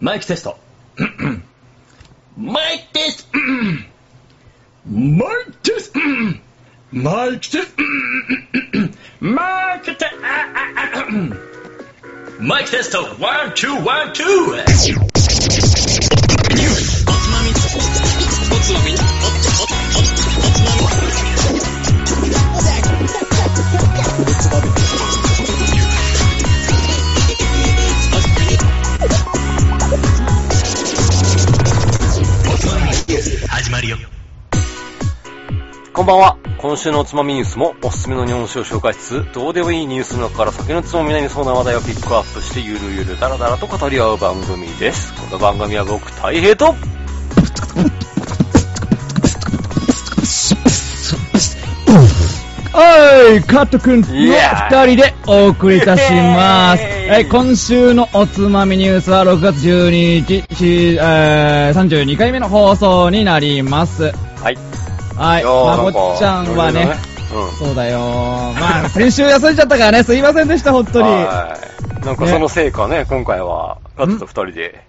マイクテスト。マイクテスト。マイクテスト。マイクテスト。マイクテスト。マイクテスト。ワン、ツー、ワン、ツー。始まるよ。こんばんは。今週のおつまみニュースもおすすめの日本酒を紹介しつつ、どうでもいいニュースの中から酒のつまみになりそうな話題をピックアップして、ゆるゆるだらだらと語り合う番組です。この番組は僕、大平と、おい、カットくんの二人でお送りいたします。イエーイえー今週のおつまみニュースは6月12日、しえー32回目の放送になります。はい。はい、まこっちゃんはね、うん。そうだよー。まあ、先週休んじゃったからね、すいませんでした、本当に。はい。なんかそのせいかね、今回は、ガッツと二人で。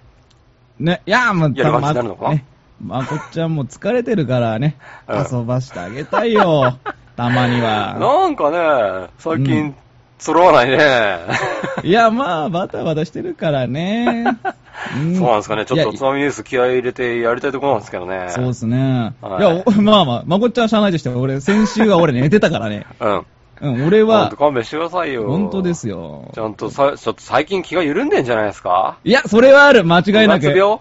ね、いやー、もう、やる感じになるのかなねまこっちゃんも疲れてるからね、うん遊ばしてあげた いよ。たまには。なんかね、最う近ん、揃わないね。。いや、まあ、バタバタしてるからねそうなんですかね。ちょっといおやつまみニュース気合い入れてやりたいところなんですけどね。そうですね。いはいや、おまあまあ、まこっちゃんはしゃあないとしても、俺、先週は俺寝てたからね。うん。うん、俺ほんはと、勘弁してくださいよ。本当ですよ。よち。ゃんとさ、ちょっと最近気が緩んでんじゃないですかいや、それはある、間違いなく。 5月病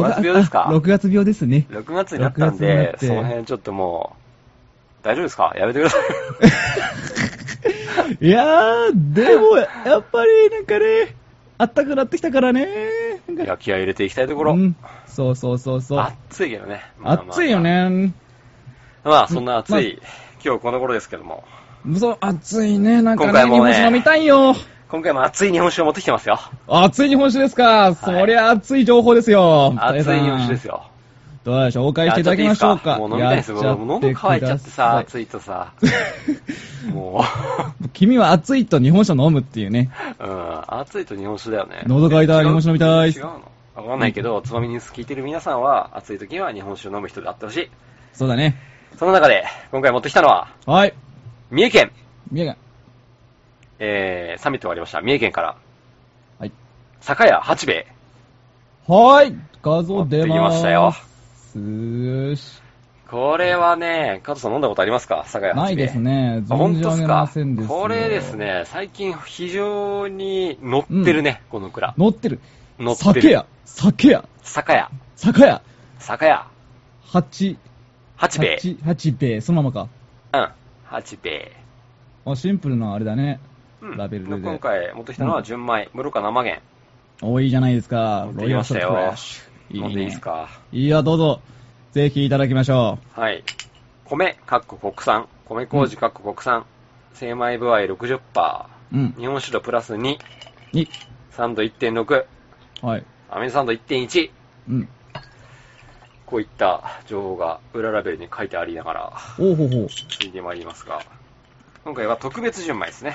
?5 が月病ですかあ ?6 月病ですね。 6月になったんで、 6月そになっての辺ちょっともう、大丈夫ですかやめてください。 いやー、でも、やっぱり、なんかね、あったかくなってきたからね。なんかいや、気合い入れていきたいところ。うん。そうそうそうそう。暑いけどね。まあまあ暑いよ。ね。まあ、そんな暑い、今日この頃ですけども。そう、暑いね。なんか今ね、回日もね本酒飲みたいよ。今回も暑い日本酒を持ってきてますよ。暑い日本酒ですか。そりゃ暑い情報ですよ。暑い日本酒ですよ。よ。どうでしょう紹介していただきましょうか。もう飲みたいですよ。やっちゃっもてう喉乾いちゃってさ、くだ暑いとさ。も君は暑いと日本酒を飲むっていうね。う、うん、暑いと日本酒だよね。喉乾いたえ日本酒飲みたい違うのわかんないけど、つまみニュース聞いてる皆さんは、暑い時には日本酒を飲む人であってほしい。そうだね。その中で、今回持ってきたのは、はい。三重県、宮が。えー、サミットがありました。三重県から、はい。酒屋八兵衛。はーい。画像出持っます。てきましたよ。すーし。これはね、加藤さん飲んだことありますか酒屋八兵衛。ないです。ね。あ存本じ当で上げすまかせんですよこれです。ね、最近非常に乗ってるね、この蔵。乗ってる。乗ってる。酒屋。酒屋。酒屋。酒屋。酒屋。八。八兵衛。八。八兵衛。そのままか。うん。八兵衛。あ、シンプルなあれだね。うん、ラベルで今回持ってきたのは純米、室岡生源。お、いいじゃないですか持。ってロきイヤまルしストたよラック。いいね飲んでいいですかいや、どうぞ。ぜひいただきましょはい。米、かっこ国産。米麹、かっこ国産。精米部合60%。う。うん。日本酒度プラス2。に。酸度1.6。はい。アミノ酸度1.1。うん。こういった情報が裏ラベルに書いてありながら、おうほうほう。ついてまいりますが。今回は特別純米ですね。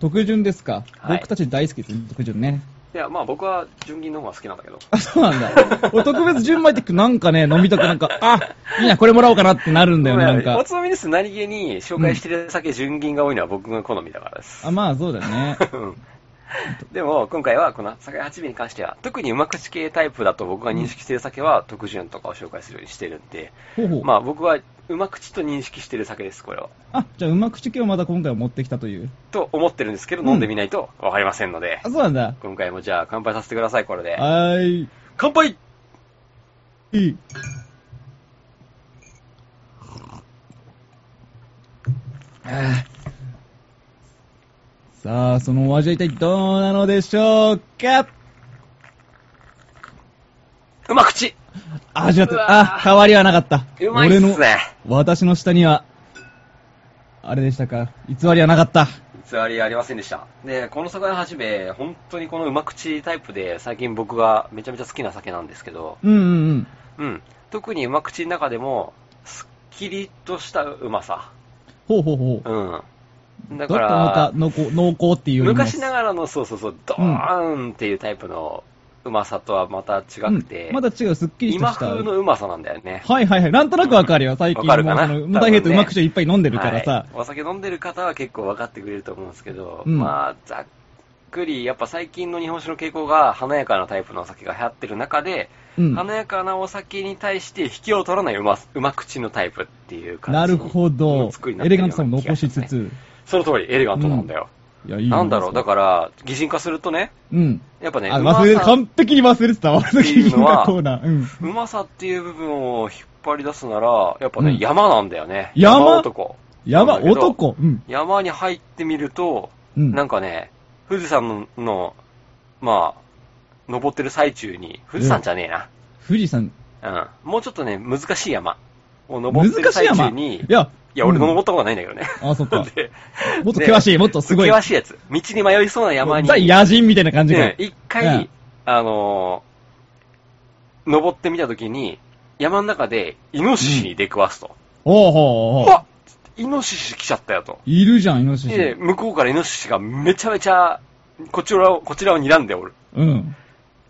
特順ですか、はい僕たち大好きですね、特順ね。いや、まあ僕は純銀の方が好きなんだけど。あ、そうなんだ。 俺特別純米って聞くなんかね、飲みたくなんか、あ、いいな、これもらおうかなってなるんだよね、なんおか。つまみです何気に紹介してる酒純銀が多いのは僕が好みだからです。あ、まあそうだね。うんでも、今回はこの酒八味に関しては、特にうま口系タイプだと僕が認識してる酒は、特潤とかを紹介するようにしてるんで、ほうほ う。まあ僕はうま口と認識してる酒です、これは。あ、じゃあうま口系をまた今回は持ってきたという。と思ってるんですけど、飲んでみないとわかりませんのであ、、そうなんだ。今回もじゃあ乾杯させてください、これで。はーい。乾杯いい。あーさあ、そのお味は一体どうなのでしょうかうま口味だってう、わーあ、変わりはなかった。うまいっすね。私の下には、あれでしたか、偽りはなかった。偽りありませんでした。で、この酒の八兵衛、本当にこのうま口タイプで、最近僕がめちゃめちゃ好きな酒なんですけど、うんうんうん。うん。特にうま口の中でも、すっきりとしたうまさ。ほうほうほう。うん。だどかっとまたら、濃厚、濃厚っていうよりも昔ながらの、そうそうそう、ドーンっていうタイプのうまさとはまた違くて、うんまだ違う、すっきりと今した。風のうまさなんだよね。はいはいはい。なんとなくわかるよ、最近。わかるかなもうそ多分ねの無体兵とうまくしょいっぱい飲んでるからさ。はいお酒飲んでる方は結構分かってくれると思うんですけど、うんまあ、ざっくり、やっぱ最近の日本酒の傾向が華やかなタイプのお酒が流行ってる中で、うん。華やかなお酒に対して引きを取らないうまうま口のタイプっていう感じなるほどの作り。になっエてるレよガうンなトさ気がもし残しますつねつ。その通り、エレガントなんだよ。いや、いいなんだろう、だかから、擬人化するとね、ら。うん。やっぱね、あ、うま忘れて、さ完璧に忘れてた。俺のいうのはコーナー。うん。うまさっていう部分を引っ張り出すなら、やっぱね、うん山なんだよね。山男。やば、なんだけど男。うん。山に入ってみると、うん。なんかね、富士山の、まあ、登ってる最中に、富士山じゃねえな。富士山。うん。もうちょっとね、難しい山を登難ってるしい最中山。に、いいや、や、俺うん登ったことないんだけどね。あ、そっか。 でもっと険しい、もっとすごい。険しいやつ。道に迷いそうな山に、対野人みたいな感じねで。一うん回、あのー登ってみたときに、山の中で、イノシシに出くわすと。おうほううほうわ。イノシシ来ちゃったよと。いるじゃん、イノシで、シ。向こうからイノシシがめちゃめちゃ、こちらを、こちらを睨んでおる。うん。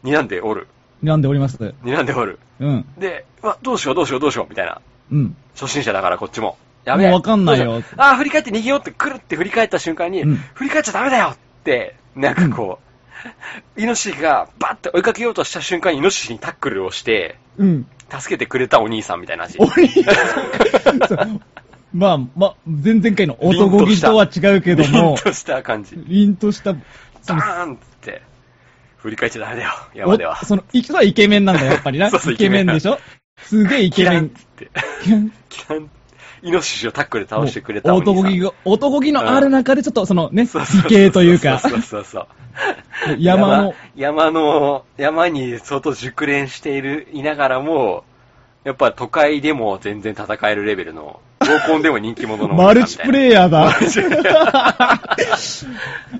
睨んでおる。睨んでおります。睨んでおる。うん。で、うわ、どうしようどうしようどうしようみたいな。うん。初心者だからこっちも。やべえ。もうわかんないよどうしようあー、振り返って逃げようってくるって振り返った瞬間に、うん振り返っちゃダメだよって、なんかこう、イノシシがバッて追いかけようとした瞬間にイノシシにタックルをして、うん。助けてくれたお兄さんみたいな味。お い、そうまあ、まあ、前々回の男気とは違うけ ども凛、とした感じ。凛とした、そダのーンって、振り返っちゃダメだよ、山ではお。その、いそれはイケメンなんだよ、やっぱりな。 そうそうイケメンでしょすげえイキケラメンっン。つって。キランキラン。イノシシをタックルで倒してくれたお兄さん。男気が、男気のある中で、ちょっとそのね、そうそうそう地形というか、そうそうそうそう。山の、山の、山に相当熟練している、いながらも、やっぱ都会でも全然戦えるレベルの、合コンでも人気者の。マルチプイレイヤーだ。ー。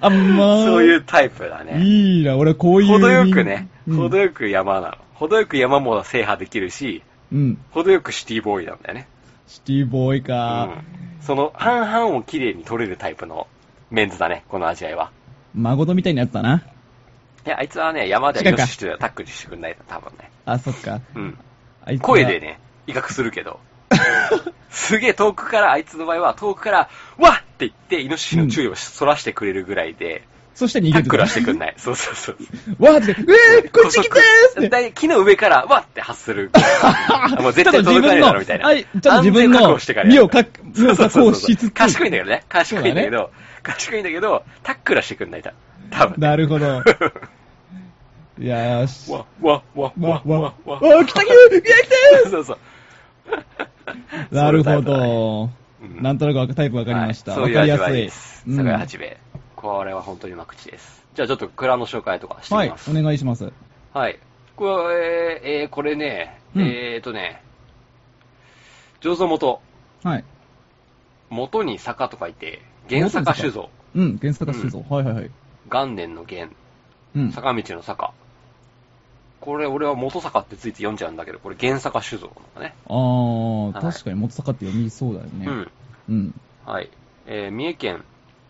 あ、まあ、そういうタイプだね。いいな、俺こういう人。程よくね、うん程よく山なの。程よく山も制覇できるし、うん。程よくシティボーイなんだよね。シティボーイうか。ん。その半々を綺麗に取れるタイプのメンズだね、この味わいは。孫みたいなやつだな。いや、あいつはね、山で違うよかししてタックルしてくんないと多分ね。あ、そっか。うん。あいつは声で。ね、威嚇するけど。すげえ遠くから、あいつの場合は遠くから、わっって言って、イノシシの注意をそらしてくれるぐらいで、そして逃げタてックルはしてくんい。ない。そうそうそう。わーって、えー、 こっち来てーっだて。い木の上から、わっって発 する。もう絶対届かねえだろ、みたいな。はい、ちょっと自分安全確保のしてからや身るをかく、身そうそをう確そう保そうしつつ。賢いんだけどね。賢いんだそけうだど、賢いんだけど、タックルはしてくんないと。多分。なるほど。いやーし。 わ、わ、わ、わ、、わわわ、、わ、わ。来た来た来 たそうそう。 なるそういほうタイプだね。ど。うんなんとなくわかタイプわかりました。はいそわういうかり味やわいすでい。す。うん桜八兵衛。これは本当にうま口です。じゃあちょっと蔵の紹介とかしてはみいま、す。お願いします。はい。これ、えー、これね、うんえーとね、醸造元、はい。元に坂と書いて、原坂酒造、うん、原作酒造。はいはいはい。元年の原、うん。坂道の坂。これ、俺は元坂ってついて読んじゃうんだけど、これ原坂酒造なんだね。あー、はい確かに元坂って読みそうだよね。うん。うん。はい。えー、三重県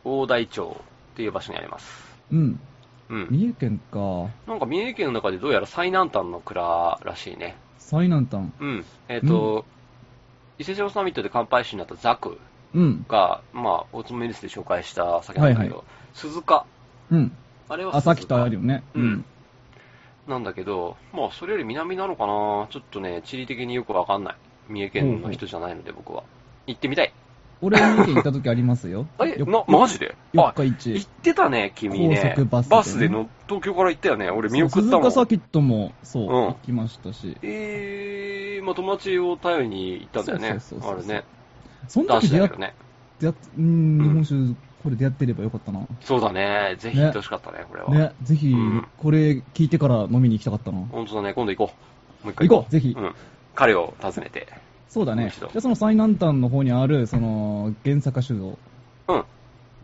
大台町っていう場所にあります。うん。うん。三重県か。なんか三重県の中でどうやら最南端の蔵らしいね。最南端。うん。えっ、と、伊勢志摩サミットで乾杯誌になったザクうん。が、まあ、オーツムメリスで紹介した酒なんだけど、は鈴鹿。うん。あれはあ、鈴さ鹿っきとあるよね。うん。なんだけど、まあ、それより南なのかなちょっとね、地理的によくわかんない。三重県の人じゃないので、僕は。行ってみたい。。俺、三重県行った時ありますよ え、よな、マジで四あ、日市。行ってたね、君ね高。速バスでねバスでの、東京から行ったよね。俺見送ったもん。そう鈴鹿サーキットも、そう、うん行きましたし。えー、まあ、友達を頼りに行ったんだよね。そうそうそうそうあれね。その男時子出だ会けっどね。出会っうん、日本酒、これ出会ってればよかったな。そうだね。ぜひ行ってほしかったね、これは。ね、ぜひうん、これ聞いてから飲みに行きたかったな。本当だね。今度行こう。もう一回行こう、ぜひ。うん。彼を訪ねて。そうだもうね。一じ度ゃあその最南端の方にある、その、原坂酒造。うん。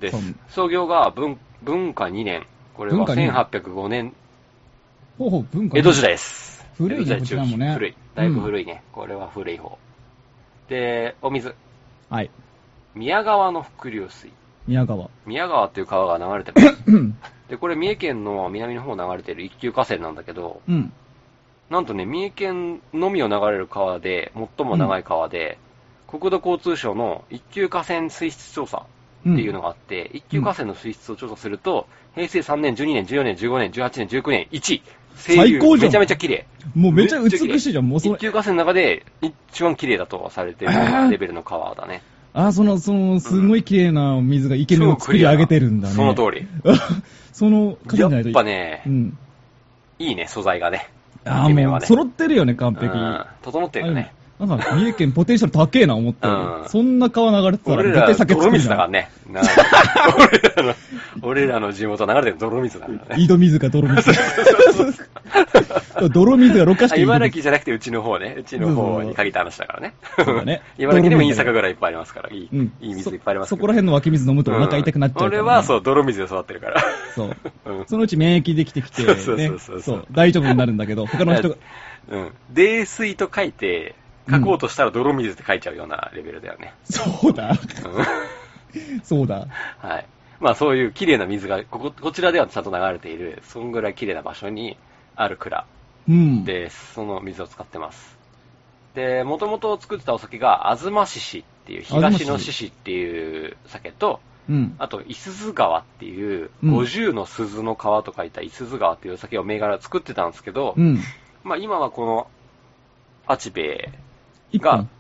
ですそう。創業が文文化2年。これは文化二年1805年、ほうほう、文化。江戸時代です。古いね江戸時代こちらもね古い。だいぶ古いね。これは古い方。で、お水。はい。宮川の伏流水。宮川。宮川っていう川が流れて ます。で、これ三重県の南の方を流れてる一級河川なんだけど、うん。なんとね、三重県のみを流れる川で、最も長い川で、国土交通省の一級河川水質調査っていうのがあって、一級河川の水質を調査すると、平成3年、12年、14年、15年、18年、19年、1位。最高じゃめんちゃめちゃ綺麗。もうめっちゃ美しいじゃん、もうそ一れ。級河川の中で一番綺麗だとされてるようなレベルの川だね。あ、その、その、すごい綺麗な水が池に超作クリりアな上げてるんだね。その通り。り。 その、かけなやいとっぱねね。う、ん。いいね、素材がね。ああ、イケメンもはう、ね揃ってるよね、完璧。うん整ってるよね。あれなんか、三重県ポテンシャル高えな、思ったようり。んそんな川流れてたら、俺絶対ら、酒泥作る水じだかゃらん。ね。なあ俺らの、俺らの地元は流れてる泥水だからね。井戸水か泥水か。 泥水がろ過しあている。茨城じゃなくてうちの方ね。うちの方に限った話だからねそうだね。 茨城でもいい酒蔵いっぱいありますから、いい、うん。いい水いっぱいありますそそこら辺の湧き水飲むとお腹痛くなっちゃうからね、俺はそう、泥水で育ってるから。そう。うんそのうち免疫できてき て、そうそうねそうそうそう大丈夫になるんだけど、他の人が、 うん。泥水と書いて、書こうとしたら泥水って書いちゃうようなレベルだよね。そうだ、うんそうだ。はい。まあそういう綺麗な水が、ここ、こちらではちゃんと流れている、そんぐらい綺麗な場所にある蔵うん。です。その水を使ってます。で、もともと作ってたお酒が、あずまししっていう、東のししっていう酒と、うん。あと、いすず川っていう、うん五十の鈴の川と書いたいすず川っていうお酒を銘柄作ってたんですけど、うん。まあ今はこの、アチベ一が本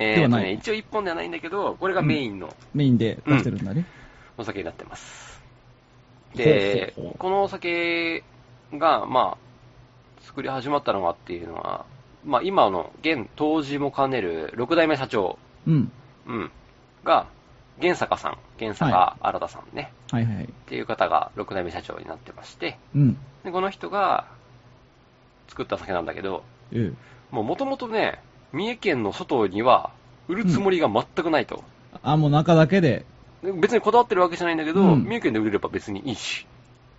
えでーはとないね、一応一本ではないんだけど、これがメインのメインで出してるんだね。お酒になって ます。でほうほうほ、うこのお酒が、まあ、作り始まったのはっていうのは、まあ今の、現、当時も兼ねる6代目社長、うん。うん、が、源坂さん、源坂新さんね、はいはいはい。っていう方が6代目社長になってまして、うん。でこの人が作った酒なんだけど、うん。もともとね、三重県の外には売るつもりが全くないと。あ、もう中だけで。で別にこだわってるわけじゃないんだけど、うん三重県で売れれば別にいいし。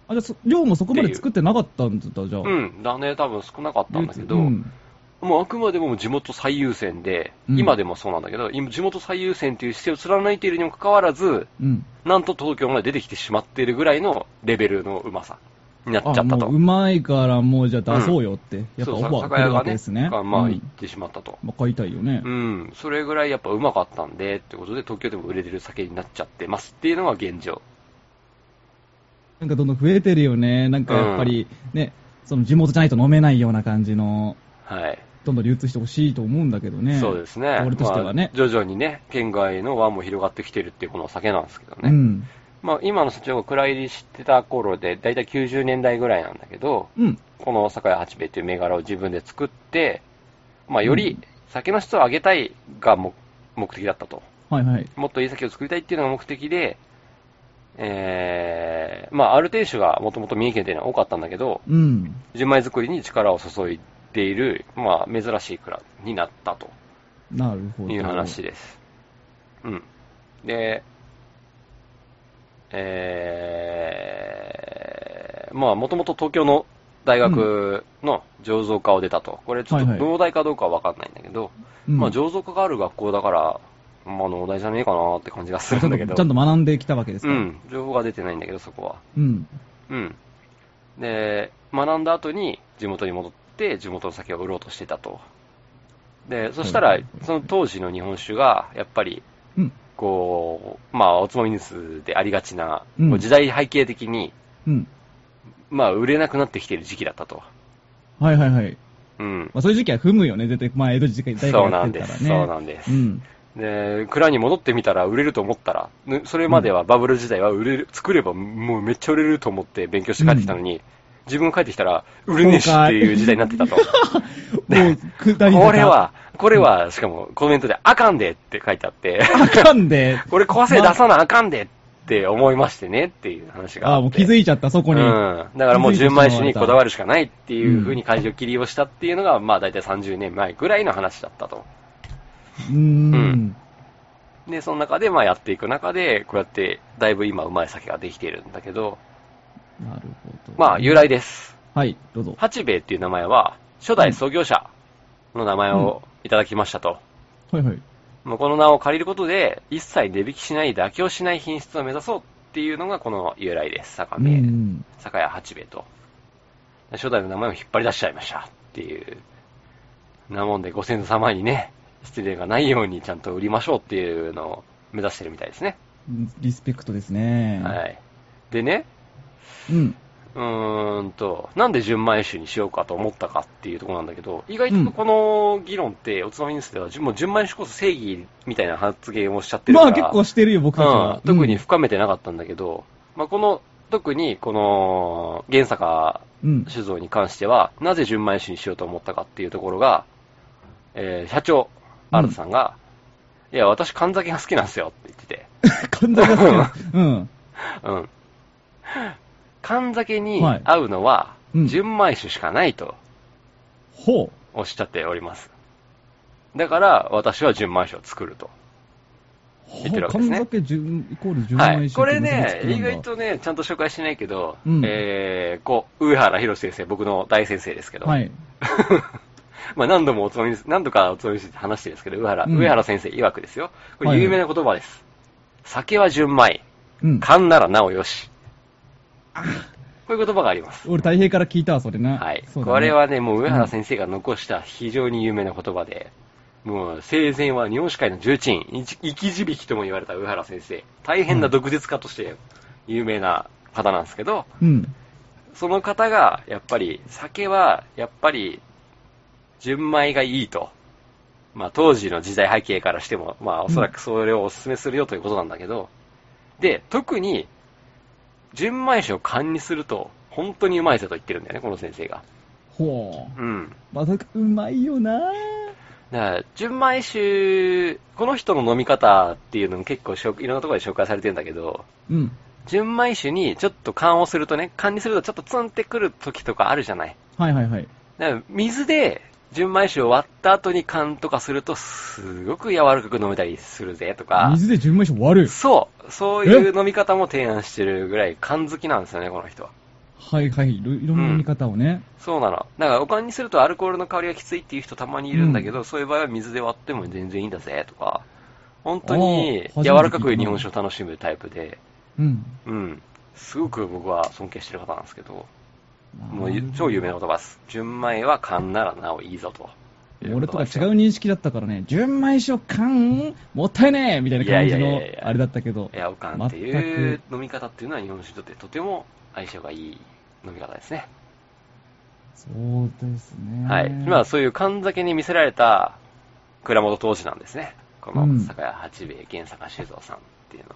あ、じゃあそ、量もそこまで作ってなかったんだ、じゃあ。うん、だね、多分少なかったんだけど、うん。もうあくまでも地元最優先で、うん今でもそうなんだけど、今地元最優先という姿勢を貫いているにもかかわらず、うん。なんと東京まで出てきてしまっているぐらいのレベルのうまさになっちゃったあ、もとう。うまいからもうじゃあ出そうよって、やっぱそオうフそうァー来るわけですね。酒屋がまあうん行ってしまったと。まあ買いたいよね。うん、それぐらいやっぱうまかったんで、ってことで東京でも売れてる酒になっちゃってますっていうのが現状。なんかどんどん増えてるよね。なんかやっぱり、ね、その地元じゃないと飲めないような感じの、はい。どんどん流通してほしいと思うんだけどね。そうですね。俺としてはねまあ。徐々にね、県外の輪も広がってきてるっていうこのお酒なんですけどね。うん。まあ今の社長が蔵入りしてた頃で、だいたい90年代ぐらいなんだけど、うん。この酒屋八兵衛という銘柄を自分で作って、まあより酒の質を上げたいが目目的だったと。はいはい。もっといい酒を作りたいっていうのが目的で、えー、まあ、アルテン酒がもともと三重県っていうのは多かったんだけど、うん。純米作りに力を注いでいる、まあ、珍しい蔵になったとなるほど。いう話です。うん。で、えー、まあ、もともと東京の大学の醸造科を出たと。これちょっはいはとい農大かどうかはわかんないんだけど、うん。まあ、醸造科がある学校だから、まあ、農大じゃねえかなって感じがするんだけど。ちゃんと学んできたわけですうから。ん、情報が出てないんだけど、そこは。うん。うん。で、学んだ後に地元に戻って、地元の酒を売ろうとしてたと。で、そしたはらいはいはい、その当時の日本酒が、やっぱり、うん。こう、まあ、おつまみニュースでありがちな、うんこう時代背景的に、うん。まあ、売れなくなってきてる時期だったと。はいはいはい。うん。まあ、そういう時期は踏むよね。絶対、まあ、江戸時代大そう学なやっんてでるからす。ね。そうなんです。うん。で、蔵に戻ってみたら売れると思ったら、ぬそれまではバブル時代は売れる、作ればもうめっちゃ売れると思って勉強して帰ってきたのに、自分帰ってきたら売れねえしっていう時代になってたと。もう、下り坂これ、は、これは、しかもコメントであかんでって書いてあって、 あかんで。これ壊せ出さなあかんでって思いましてねっていう話があああ、って。もう気づいちゃった、そこに。うん。だからもう純米酒にこだわるしかないっていう風に会場切りをしたっていうのが、まあ大体30年前ぐらいの話だったと。うーん。うんで、その中で、まあやっていく中で、こうやって、だいぶ今うまい酒ができているんだけど、なるほど。まあ由来です。はい、どうぞ。八兵衛っていう名前は、初代創業者の名前をいただきましたと。はいはい。まあこの名を借りることで、一切値引きしない、妥協しない品質を目指そうっていうのがこの由来です。坂う名、ん。酒屋八兵衛と。初代の名前を引っ張り出しちゃいましたっていう。なもんでご先祖様にね、失礼がないようにちゃんと売りましょうっていうのを目指してるみたいですね。リスペクトですね。はい。でね、うん。うーんと、なんで純米酒にしようかと思ったかっていうところなんだけど、意外とこの議論って、おつまみニュースでは、もう純米酒こそ正義みたいな発言をしちゃってるかまら、あ結構してるよ、僕たちは。うん特に深めてなかったんだけど、まあこの、特にこの、原坂うん。酒造に関しては、なぜ純米酒にしようと思ったかっていうところが、えー社長、新田さんが、いや、私、神崎が好きなんですよって言ってて、神田が好きなうん。うん。缶酒にはい合うのは、うん純米酒しかないとほおっしゃっております。だから、私は純米酒を作ると。う。言ってるわけですねほう神酒イコール純は米い。酒これねっ意て、結びつきなんだ外とね、ちゃんと紹介してないけど、うんえー、こう、上原博先生、僕の大先生ですけど、はい。 まあ何度もおつまみです、何度かおつまみです話してるんですけど、上原、うん上原先生曰くですよ。こはれい有名な言葉です。酒は純米、うん。缶ならなおよし。こういう言葉があります。俺、太平から聞いたわ、それな。はい。そうだねこれはね、もう上原先生が残した非常に有名な言葉で、もう生前は日本史界の重鎮、いち生き字引とも言われた上原先生、大変な毒舌家として有名な方なんですけど、うん。その方が、やっぱり、酒は、やっぱり、純米がいいと。まあ、当時の時代背景からしても、まあ、おそらくそれをお勧めするよということなんだけど、で、特に、純米酒を勘にすると、本当にうまいぞと言ってるんだよね、この先生が。ほう。うん。また、うまいよだなから、純米酒、この人の飲み方っていうのも結構しょ、いろんなところで紹介されてるんだけど、うん。純米酒にちょっと勘をするとね、勘にするとちょっとツンってくる時とかあるじゃない。はいはいはい。だから水で純米酒を割った後に缶とかするとすごく柔らかく飲めたりするぜとか、水で純米酒割る。そう、そういう飲み方も提案してるぐらい缶好きなんですよね、この人は。はいはい。いろいろんな見方をね。そうなの。だからお缶にするとアルコールの香りがきついっていう人たまにいるんだけど、そういう場合は水で割っても全然いいんだぜとか、本当にあー柔らかく日本酒を楽しむタイプで、うん。うん。すごく僕は尊敬してる方なんですけど、もう超有名な言葉です。純米は缶ならなおいいぞと。俺とか違う認識だったからね、純米酒を缶もったいねえみたいな感じいやいのやいやいやあれだったけど。エアオカンっていう飲み方っていうのは日本酒にとってとても相性がいい飲み方ですね。そうですね。はい。まあそういう缶酒に見せられた蔵元当時なんですね。こうんの酒屋八兵衛原坂酒造さんっていうのは。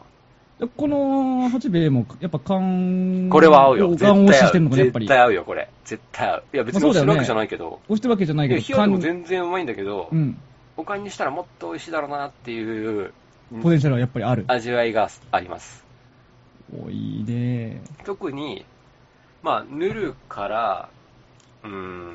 この八兵衛も、やっぱ缶、これは合うよ。絶ガン押し対してる合のう。かな、やっ絶ぱり。対押合うよ、これ。絶対合う。いや別にま押あそしうてだるよねわけじゃないけど。してるわけじゃないいや、け冷ど、やでも缶全然うまいんだけどう、ん、おかんにしたらもっと美味しいだろうなっていうポテンシャルはやっぱりある。味わいがあります。おいで、特に、まあ、塗るから、うーん、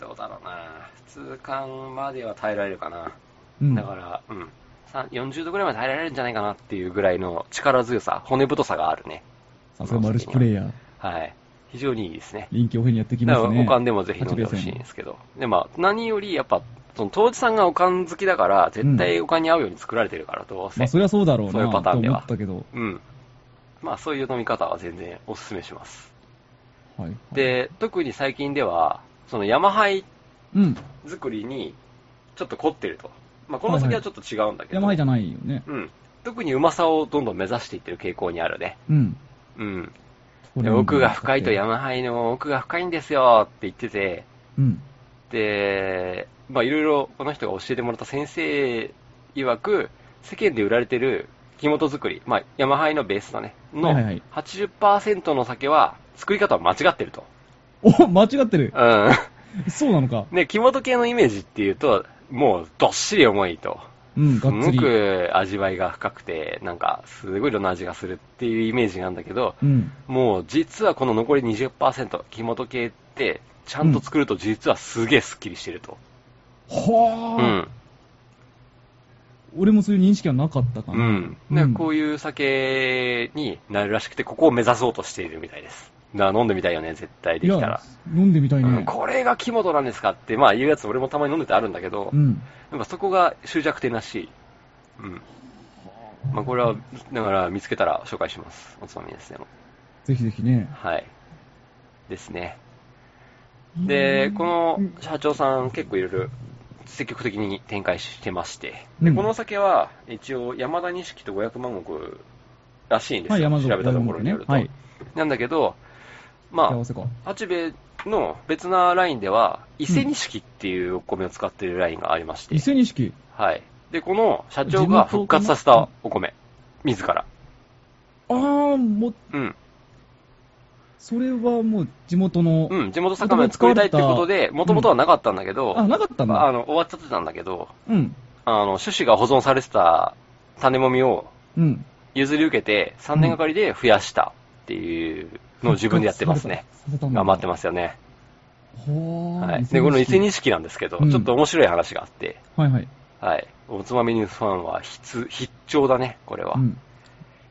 どうだろうな。普通感までは耐えられるかな。うん。だから、うん。さん40度ぐらいまで耐えられるんじゃないかなっていうぐらいの力強さ、骨太さがあるね。さすがマルチプレイヤー、はい。非常にいいですね。臨機応変にやってきだまから、すね。おかんでもぜひ飲んでほしいんですけど。で、まあ、何よりやっぱ、その、当時さんがおかん好きだから、絶対おかんに合うように作られてるから、どうせ。まあ、そりゃそうだろうそういうなパタとーンで思はったけど。うん。まあ、そういう飲み方は全然おすすめします。はい。で、特に最近では、そのヤマハイうん。作りにちょっと凝ってると。まあ、この先はちょっと違うんだけど、ヤマハイじゃないよね。うん。特にうまさをどんどん目指していってる傾向にあるね。うん。うん。こでれ奥が深いとヤマハイの奥が深いんですよって言ってて、うん。で、まあ、いろいろこの人が教えてもらった先生曰く、世間で売られてる木本作り、まあ、ヤマハイのベースだね、のはいはいはい80%の酒は作り方は間違ってると。お、間違ってる。うん。そうなのか。ね、木本系のイメージっていうと、もうどっしり重いと。うん、すがっつごり。く味わいが深くて、なんか、すごいいろんな味がするっていうイメージなんだけど、うん。もう実はこの残り20%、木本系って、ちゃんと作ると実はすげえスッキリしてると。はうあ、ん。俺もそういう認識はなかったかうな。ん。ねこういう酒になるらしくて、ここを目指そうとしているみたいです。な飲んでみたいよね、絶対できたら。飲んでみたいうんね。これが肝となんですかって、まあ言うやつ俺もたまに飲んでてあるんだけど、うん。なんかそこが終着点らしい。うん。まあこれは、だから見つけたら紹介します。おつまみですね。ぜひぜひね。はい。ですね。で、この社長さん結構いろいろ積極的に展開してまして、でうんこのお酒は一応山田錦と500万石らしいんですはい、よ、山調崎べたところによると。はい。なんだけど、幸ませか。あ、八兵衛の別なラインでは、伊勢錦っていうお米を使っているラインがありまして、伊勢錦。はい。で、この社長が復活させたお米、自ら。あー、もう、うん。それはもう地元の、うん、地元酒米を作りたいってことで、もともとはなかったんだけど、あ、なかったんだ。あの、終わっちゃってたんだけど、うん。あの、種子が保存されてた種もみをうん。。譲り受けて、3年がかりで増やしたっていうのを自分でやってますね。頑張ってますすよね。ほー。はい。で、この伊勢錦。錦なんですけど、うんちょっと面白い話があって、はいはい。はい。おつまみニュースファンは必、必聴だね、これは。うん。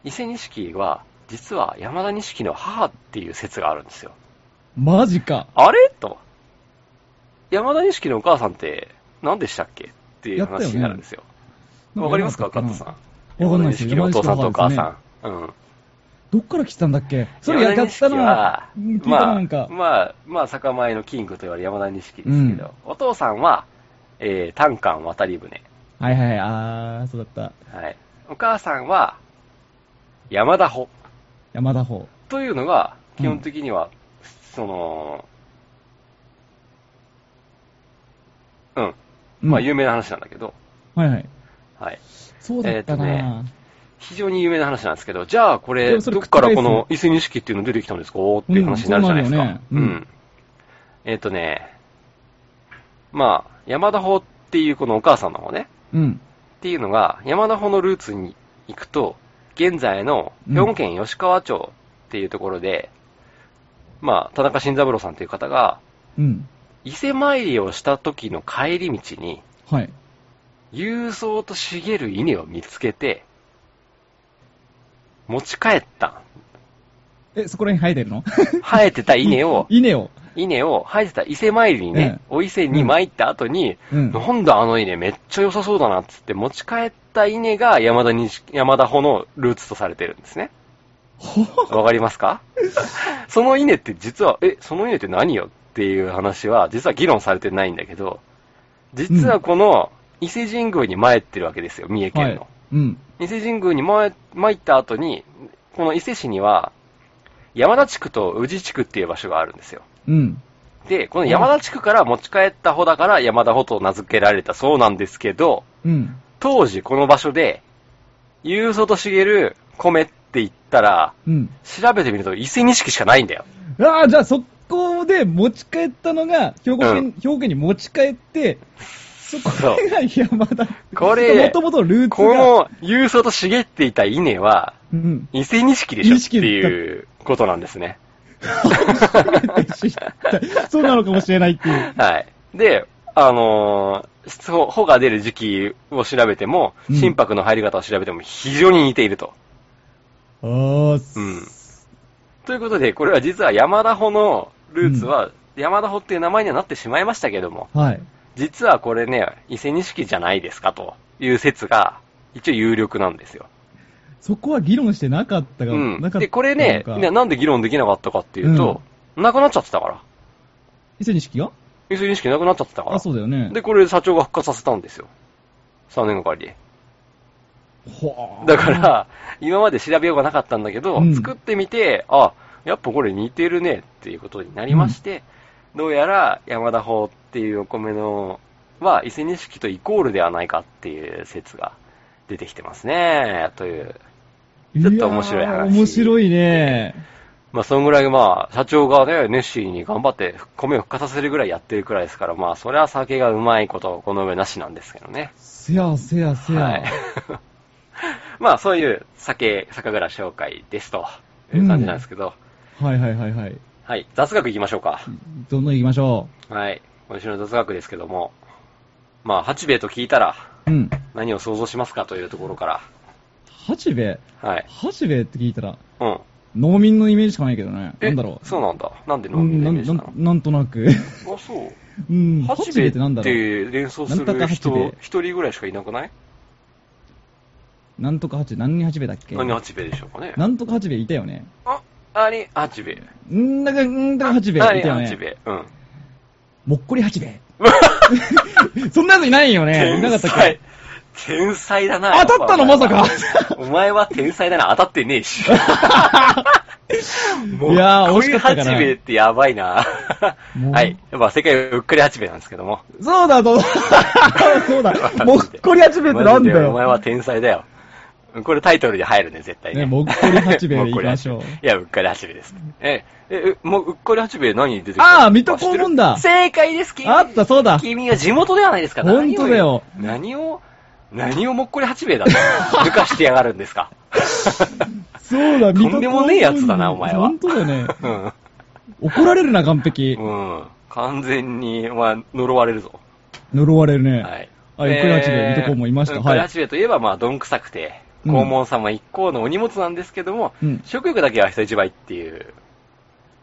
伊勢錦は、実は山田錦の母っていう説があるんですよ。マジか。あれと。山田錦のお母さんって、何でしたっけっていう話になるんですよ。わ、かりますか、カットさん。わかんないですよ山田錦のお父さんとお母さん。うん。どっから来てたんだっけそれやかったのは、うん聞いたななんか。まあ、まあ、まあ、酒米のキングと言われる山田錦ですけど、お父さんは、えー、単管渡り船。はいはい、あー、そうだった。はい。お母さんは、山田穂。山田方。というのが、基本的には、その、うん。まあ、有名な話なんだけど、はいはい。はい。そうだったえーな非常に有名な話なんですけど、じゃあこでれ、もそれどっからこの伊勢錦っていうの出てきたんですかっていう話になるじゃないですか。うんうそうなるよねん。うんえっ、とね、まあ、山田法っていうこのお母さんの方ね、うん。っていうのが、山田法のルーツに行くと、現在の兵庫県吉川町っていうところで、まあ、田中慎三郎さんという方が、うん。伊勢参りをした時の帰り道に、はい。勇壮と茂る稲を見つけて、持ち帰った。え、そこら辺生えてるの、生えてた稲を 稲を。稲を生えてた伊勢参りにね、お伊勢に参った後に、うん。なんだあの稲めっちゃ良さそうだなっつって持ち帰った稲が山田に、山田穂のルーツとされてるんですね。ほわかります かその稲って実は、え、その稲って何よっていう話は、実は議論されてないんだけど、実はこの伊勢神宮に参ってるわけですよ、三重県の。はい。うん。伊勢神宮に参参った後に、この伊勢市には、山田地区と宇治地区っていう場所があるんですよ。うん。で、この山田地区から持ち帰った穂だから山田穂と名付けられたそうなんですけど、うん。当時この場所で、ゆうそとしげる米って言ったら、うん。調べてみると伊勢錦しかないんだよ。ああ、じゃあそこで持ち帰ったのが、兵庫県、うん兵庫県に持ち帰って、そこが山田。これもともとルーツこが、のゆうそと茂っていた稲は、うん。伊勢錦でしょっていうことなんですね。初めて知った。そうなのかもしれないっていう。 はい。で、あのー質法、穂が出る時期を調べても、うん心拍の入り方を調べても非常に似ていると。ああ、うん。ということで、これは実は山田穂のルーツは、山田穂っていう名前にはなってしまいましたけども、はい。実はこれね、伊勢錦じゃないですかという説が、一応有力なんですよ。そこは議論してなかったが、うんなかったのか。で、これね、ななんで議論できなかったかっていうと、なくなっちゃってたから。伊勢錦が伊勢錦なくなっちゃってたかあ、ら。そうだよね。で、これ社長が復活させたんですよ。3年がかりで。ほーだか、ら、今まで調べようがなかったんだけど、うん作ってみて、あ、やっぱこれ似てるねっていうことになりまして、どうやら山田法っていうお米のは伊勢錦とイコールではないかっていう説が出てきてますね、という。ちょっと面白い話やー面白いね。まあ、そのぐらい、まあ、社長がね、熱心に頑張って米を復活させるぐらいやってるくらいですから、まあ、それは酒がうまいこと、この上なしなんですけどね。せやせやせや。 はい。まあ、そういう酒、酒蔵紹介ですという感じなんですけど、はいはいはいはい。はい、雑学いきましょうか。どんどん行きましょはい、今週の雑学ですけども、まあ、八兵衛と聞いたらう。うん。何を想像しますかというところから、八兵衛。はい、八兵衛って聞いたら、うん、農民のイメージしかないけどね。えなんだろそうなんだ。なんでう。飲んでなイんメージななんのなんとなく。 あ、そう。うん。八八兵兵衛衛っってなんだろう。て連想すなんとるか八兵衛人、一人ぐらいしかいなくないなんとか八、何に八兵衛だっけ何八兵衛でしょうかね。なんとか八兵衛いたよね。あ、あれ、八兵衛。んだか、んだか八兵衛あいれ、たよ八兵ね。衛。うん。もっこり八兵衛。 そんなやついないよ ね。いなかったっけ。天才だな。当たったのやっぱまさかお前は天才だな。当たってねえ し。いやー惜しかったかな八兵衛ってやばいな。もうはい。まあ、世界はうっかり八兵衛なんですけども。そうだ、そうだ。 そ うだ。もっこり八兵衛ってなんだマジでお前よ。は天才だよ。これタイトルに入るね、絶対ね。ねもっこり八兵衛でいきましょう もっこり八兵衛いや、うっかり八兵衛です。え、え、えもう、うっかり八兵衛何出てきあー水戸黄門だ知ってる正解です、君。あった、そうだ。君は地元ではないですか。本当だよ何を。何を、何をもっこり八兵衛だと、 抜かしてやがるんですか。そうだ、とんでもねえやつだな、お前は。本当だよね。 うん。怒られるな、完璧。 うん。完全に、まあ、呪われるぞ。呪われるね。はい。あ、ウクラチで、いとこもいました。ウクはラい。チベといえば、まあ、どんくさくて、うん黄門様一行のお荷物なんですけども、うん食欲だけは人一倍っていう、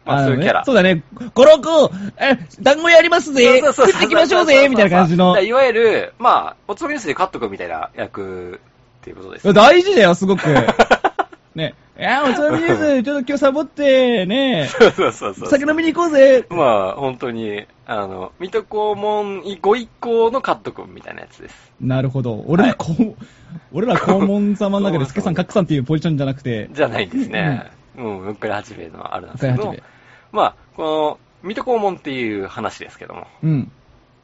まあ、そういうキャラ。のねそうだね。コロコ、え、団子やりますぜそうそうそう食ってきましょうぜみたいな感じだのから。いわゆる、まあ、おつまみニュースで買っとくみたいな役っていうことです。大事だよ、すごく。 ね。いや、おつまみです。ちょっと今日サボって、ね。そうそうそうそう。酒飲みに行こうぜまあ、本当に、あの、水戸黄門ご一行のカット君みたいなやつです。なるほど。俺ら、こう、俺ら、肛門様の中で、スケさん、カクさんっていうポジションじゃなくて、じゃないんですね。うん、うっかり八兵衛のあれなんですけ第8ど名、。まあ、この、水戸黄門っていう話ですけども、うん。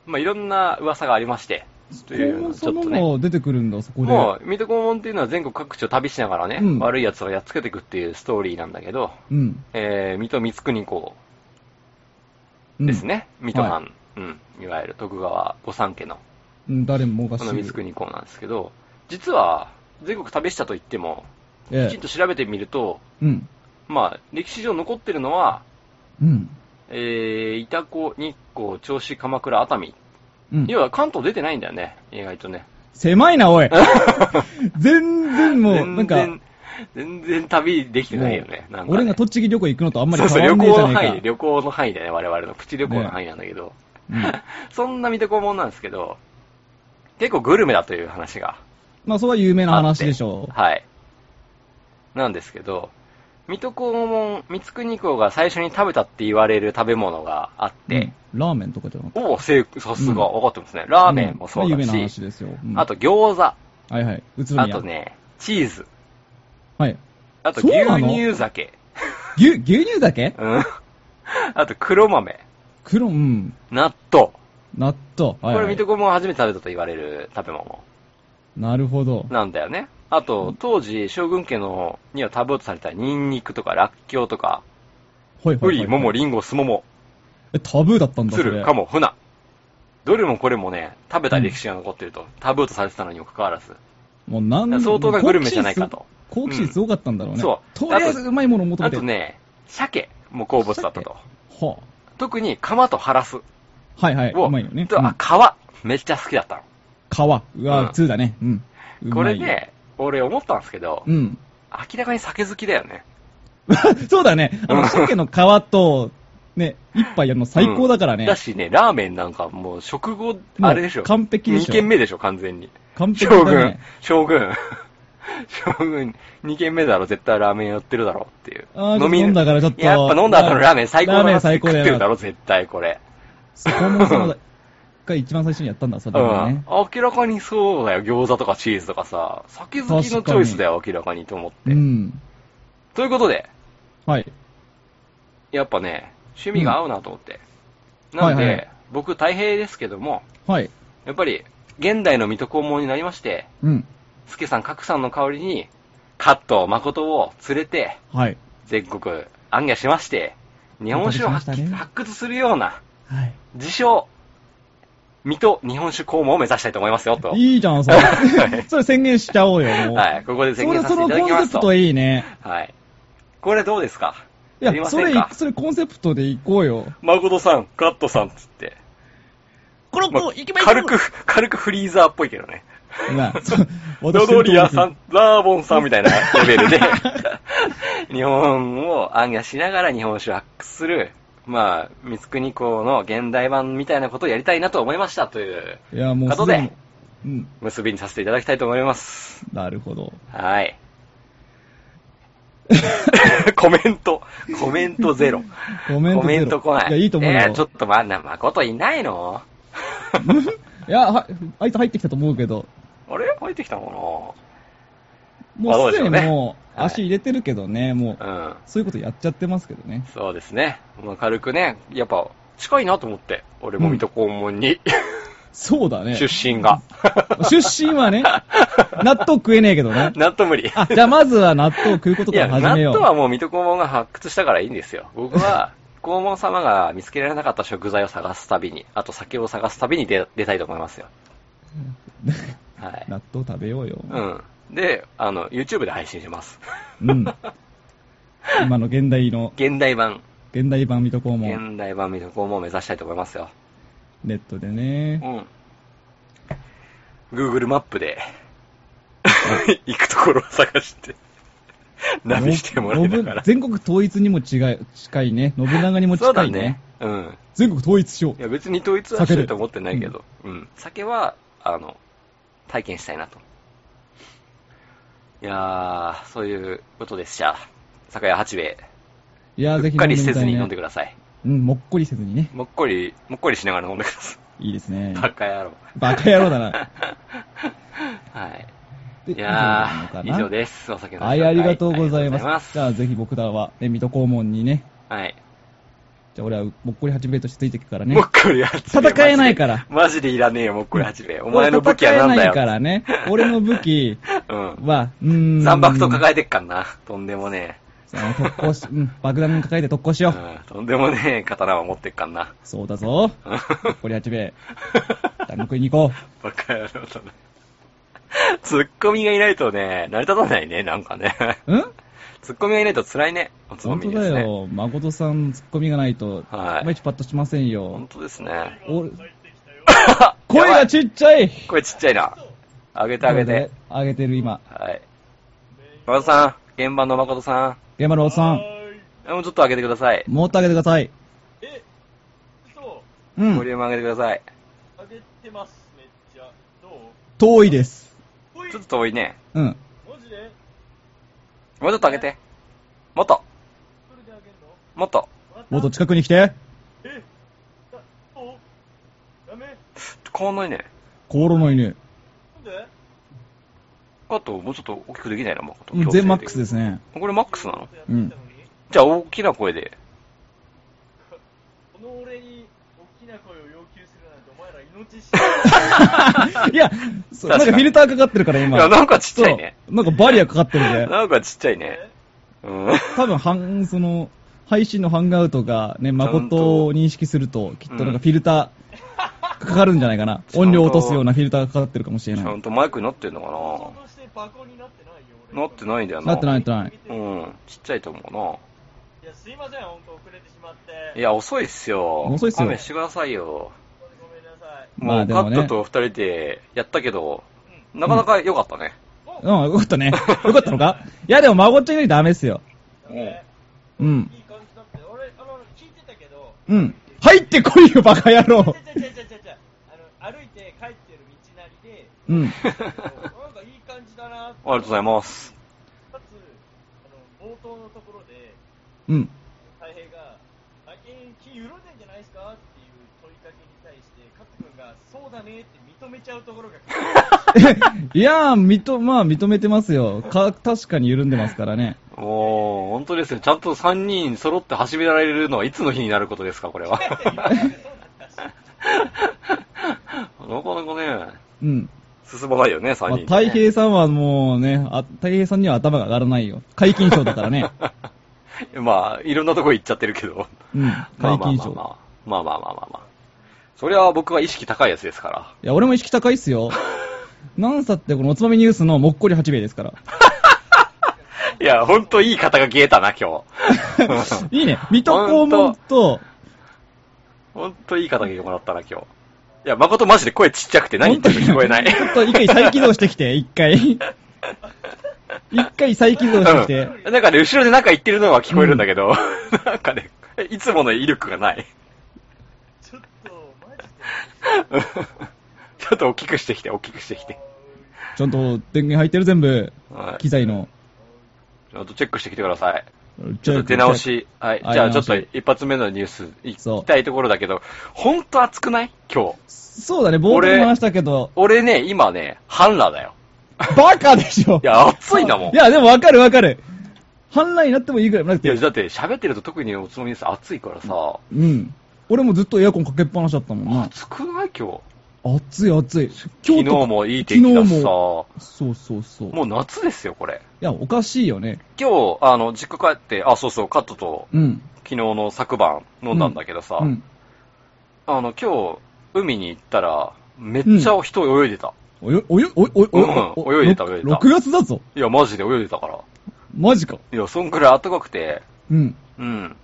まあ、いろんな噂がありまして、とい肛うのを門ちょっ様とね。も出てくるんだ、そこで。もう、水戸黄門っていうのは全国各地を旅しながらね、うん悪い奴をやっつけていくっていうストーリーなんだけど、うん。えー、水戸光圀公うんです。ね。水戸藩、はうん。いわゆる徳川御三家の、うん誰もがこの知光る。圀公なんですけど、実は、全国旅したと言っても、きえちえんと調べてみると、うん。まあ、歴史上残ってるのは、うん。えー、板子、日光、銚子、鎌倉、熱海。うん。要は関東出てないんだよね、意外とね。狭い な、おい。全然もう、なん全か、然、全然旅できてないよね。なんかね俺が栃木旅行行くのとあんまりそう変そう、旅わんねえ行じゃのねえか。範囲、旅行の範囲だね、我々の。プチ旅行の範囲なんだけど。うんそんな見てこもんなんですけど、結構グルメだという話が。まあ、それは有名な話でしょはい。なんですけど、水戸黄門、三国公が最初に食べたって言われる食べ物があっう。て、うんラーメンとかじゃなくて。おお、せいさすが、うん分かってますね。ラーメンもそうだん有名なし、話ですよ。うんあと、餃子、はいはい。宇都あ宮。とね、チーズ、はい。あとそう牛なの乳酒、牛、牛乳酒うん、 あと黒豆、黒、うん。納豆。納豆。はい、これ、はい水。戸黄門が初めて食べたと言われる食べ物なるほど。なんだよね。あと、当時、将軍家のには食べようとされたニンニクとか、ラッキョウとか、はいはいはいウリ、モモ、リンゴ、スモモ、え、タブーだったんだ、ツそル、れ。カモ、フナ。どれもこれもね、食べた歴史が残ってると。食べようとされてたのにもかかわらず。もうなん相当なグルメじゃないかと。好奇心すごかったんだろうね。うんそうとりあえずうまいものを求めあて。とね、鮭も好物だったと。は特に、釜とハラスを、あ。はいはい。うまいよね。とうんあ、皮、めっちゃ好きだった皮。うわ、うん普通だね。うん。うまいの。これ。ね、俺思ったんですけど、うん。 明らかに酒好きだよね。そうだね。あうんの、鮭の皮と、ね、一杯やるの最高だからね。だしね、ラーメンなんかもう食後、もうあれでしょ。完璧でしょ2軒目でしょ、完全に。完璧将だ軍ね。、将軍、 将軍、2軒目だろ、絶対ラーメンやってるだろっていう。あーちょっと飲んだからちょっとやっぱ飲んだ後のラーメン最高だラーメなン最高だ食よってるだろ、絶対これ。そこもそのが一番最初にやったんだ、そうれはん ね。。明らかにそうだよ、餃子とかチーズとかさ、酒好きのチョイスだよ、明らかにと思っうて。ん。ということで、はい。やっぱね、趣味が合うなと思って。なんはいはいはでい、僕、大平ですけども、はい。やっぱり、現代の水戸黄門になりまして、うん。助さん、角さんの代わりに、カット、誠を連れて、はい。全国、暗夜しまして、日本酒を発,、お旅しましたね発掘するような、はい。自称、水戸日本酒公務を目指したいと思いますよ、と。いいじ ゃん、それ。それ宣言しちゃおうよ、もう。はい、ここでそ宣言れ、させそていのただきコンまセすプと。トいいね。はい。これどうですかいやりや、まそせんれか、それコンセプトでいこ うよ。誠さん、カットさん、つって。このまあ軽く、軽くフリーザーっぽいけどね。まあ、そうロドリアさ。私ん、ラーボンさんみたいなレベ ルで、日本を暗夜しながら日本酒を発掘する、まあ、三国公の現代版みたいなことをやりたいなと思いましたという、いや、もうことすでにで、うん、結びにさせていただきたいと思います。なるほど。 はい。コメント、コメントゼロ。コメントゼロコメント来ない。いやいいと思うよえーちょっとまあ、な、誠いないの いや、は、あいつ入ってきたと思うけど、あれ入ってきたのまあもうすそでにうでしょうねもう、はい足入れてるけどね、もう、かなうん。そういうことやっちゃってますけどね。そうですね。もう軽くね、やっぱ近いなと思って、俺も水戸黄門に、そうだね。 出身が。出身 はね、納豆食えねえけどね。納豆無理。あ、じゃあまずは納豆を食うこといからや、始納めよう。豆はもう水戸黄門が発掘したからいいんですよ。僕は、黄門様が見つけられなかった食材を探すたびに、あと酒を探すたびに出出たいと思いますよ。はい。納豆食べようよ。うん。で、あの、YouTube で配信します。うん。今の現代の、現代版、現代版水戸黄門、現代版水戸黄門を目指したいと思いますよ。ネットでね。うん。Google マップで、 行くところを探して、ナビしてもらいながら。信全国統一にも違い、近いね。信長にもそう近だいね。ね。うん。全国統一しよいや、別に統一はしてると思ってないけど、うん。酒は、あの、体験したいなと。いやー、そういうことでした。酒屋八兵衛。う。いやー、ぜうひっかりせずに飲んでくください。だうん、もっこりせずにね。もっこり、もっこりしながら飲んでくださいいですい。ね。バカ野郎。バカ野郎だな。はい。でいや以上なのかー、な以上です。お酒の紹介はい、ありがとうございます。ありがとうごじざいゃあ、ぜひ僕らは、ね、水戸黄門にね、ますはい。じゃあ俺はもっこり八兵衛としてついてくからねも。っこり八兵衛。戦えないからマジで。マジでいらねえよ、もっこり八兵衛。お前の武器はなんだ戦えなよ。いからね。俺の武器うん。 は、うーん。三爆と抱ええてっかんな。とんでもね特攻し、うん、爆弾抱えて特攻しえ。うよう。ん。とんでもねえ刀は持ってっかんな。そうだぞ。うん もっこり八兵衛。じゃあ、報いに行こう。バカ野郎だな。ツッコミがいないとね、成り立たないね、なんかね。うんツッコミがいないと辛いね。おつま本み当ですだね。よ。誠さん、ツッコミがないと、はいいまいちパッとしません本よ。当ですね。おや 声ばいがちっちゃい声ちっちゃいな。あげてあげて。上げてる今。はい。誠さん、現場の誠さ現場のおっさん、ん、もうちょっと上げてください。もっと上げてください。え、嘘うボリュん。ーム上げてください。上げてます、めっちゃ。どう遠いです。ほいちょっと遠いね。うん。マジでもうちょっと上げて。もっと、それで上げんのもっと。またもっと近くに来て。え、だ、どうやめ、なん変わんないね。コオロの犬。であと、もうちょっと大きくできないの、マコト。うん全マックスですね。 ね。これマックスなのうんじゃあ、大きな声で。この俺に大きな声を要求するなんてお前ら命知らずいや、そうな確んかにかフィルターかかってるからい今。や、なんかちっちゃいね。そう。なんかバリアかかってるね。なんかちっちゃい ね。えうん。多分、半、その、配信のハンガウトがね、誠を認識すると、きっとなんかフィルターかかるんじゃない かな。うん音量を落とすようなフィルターがかかってるかもしれちなゃいん。とマイクになってんの人かとしてバカになってないよななっていないんだよな。なってない、なってない。うん。ちっちゃいと思いやすいません本当遅れてしまってうな。いや、遅いっすよ。遅いっすよ勘弁してくださいよ。ごめんなさいまもあう、でカもッねトと二人でやったけど、なかなか良かったね。うん、よかったね。よかったのかいや、でも、孫ちゃんよりダメっすよ。うんいうん。い感じだって俺あの聞いてたけどうん。入ってこいよ、バカ野郎。ちゃちゃちゃちゃちゃあの歩いて帰ってる道なり でうん。 なんかいい感じだなってありがとうございます。かつあの冒頭のところでうん。 太平が「最近気緩んでんじゃないですか?」っていう問いかけに対して勝君が「そうだね」って認めちゃうところ がいやー、みと、まあ、認めてますよ。か、確かに緩んでますからね。もう、本当ですね。ちゃんと3人揃って走られるのはいつの日になることですか、こ れは。なかなかね、うん。進まないよね、3人、まあ、ね。太平さんはもうね、あ、太平さんには頭が上がらないよ。解禁賞だからね。まあ、いろんなとこ行っちゃってるけ ど。うん。解 禁まあ賞。まあまあまあまあまあまあまあまあ。そりゃ僕は意識高いやつです から。いや、俺も意識高いっす よ。なんさってこのおつまみニュースのもっこり八兵衛ですから。いや、ほんといい肩が消えたな、 今日。いいね。水戸黄門と、ほんといい肩が消えてもらったな、今日。いや、誠マジで声ちっちゃくて何言ってるか聞こえ ない。ちょっと一回再起動してきて、一 回。一回再起動してきて。うん、なんかね、後ろでなんか言ってるのは聞こえるんだけど、 なんかね、いつもの威力が ない。ちょっと、マうジで。んちょっと大きくしてきて、大きくしてきて。ちゃんと電源入ってる全部。はい機材の。ちょっとチェックしてきてください。ちちょっと出直。し。はい。はいじゃあちょっと出直一発目のニュースいそうきたいところだけど、ほんと暑くない今日。そうだね、冒頭に話したけど。俺ね、今ね、半裸だよ。バカでしょいや、暑いんだもん。いや、でもわかるわかる。反乱になってもいいぐらい。だっいや、て、だって喋ってると特におつまみです暑いからさ、うん。俺もずっとエアコンかけっぱなしだったもんな。暑くない今日。暑い暑い。昨日とかもいい天気だしさ、昨日ももそうそうそう。いう夏ですよ、これ。や、おかしいよね。今日、あの、実家帰って、あ、そうそう、カットとうん。昨日の昨晩飲んだんだけどさ、うん。あの、今日、海に行ったら、めっちゃ人泳いでた。およ、およ、およ、およ、うん泳いでた泳いでた6月だぞ。いや、マジで泳いでたから。マジか。いや、そんくらい暖かくて、うん。うん。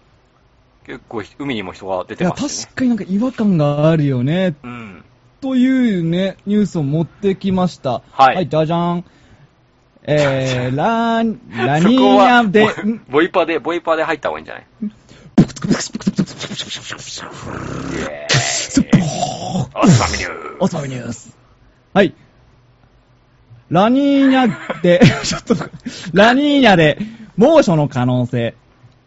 結構、海にも人が出いてや、ま確したね。かになんか違和感があるよね。うん。というね、ニュースを持ってきました。はいじゃじゃん。 えー、ラー、ラニそこーニはャで、ボイボイパで、ボイパで入った方がいいんじゃないイエーイおつまみニューおつまみニュース。はい。ラニーニャで、 ちょっと、ラニーニャで、猛暑の可能性。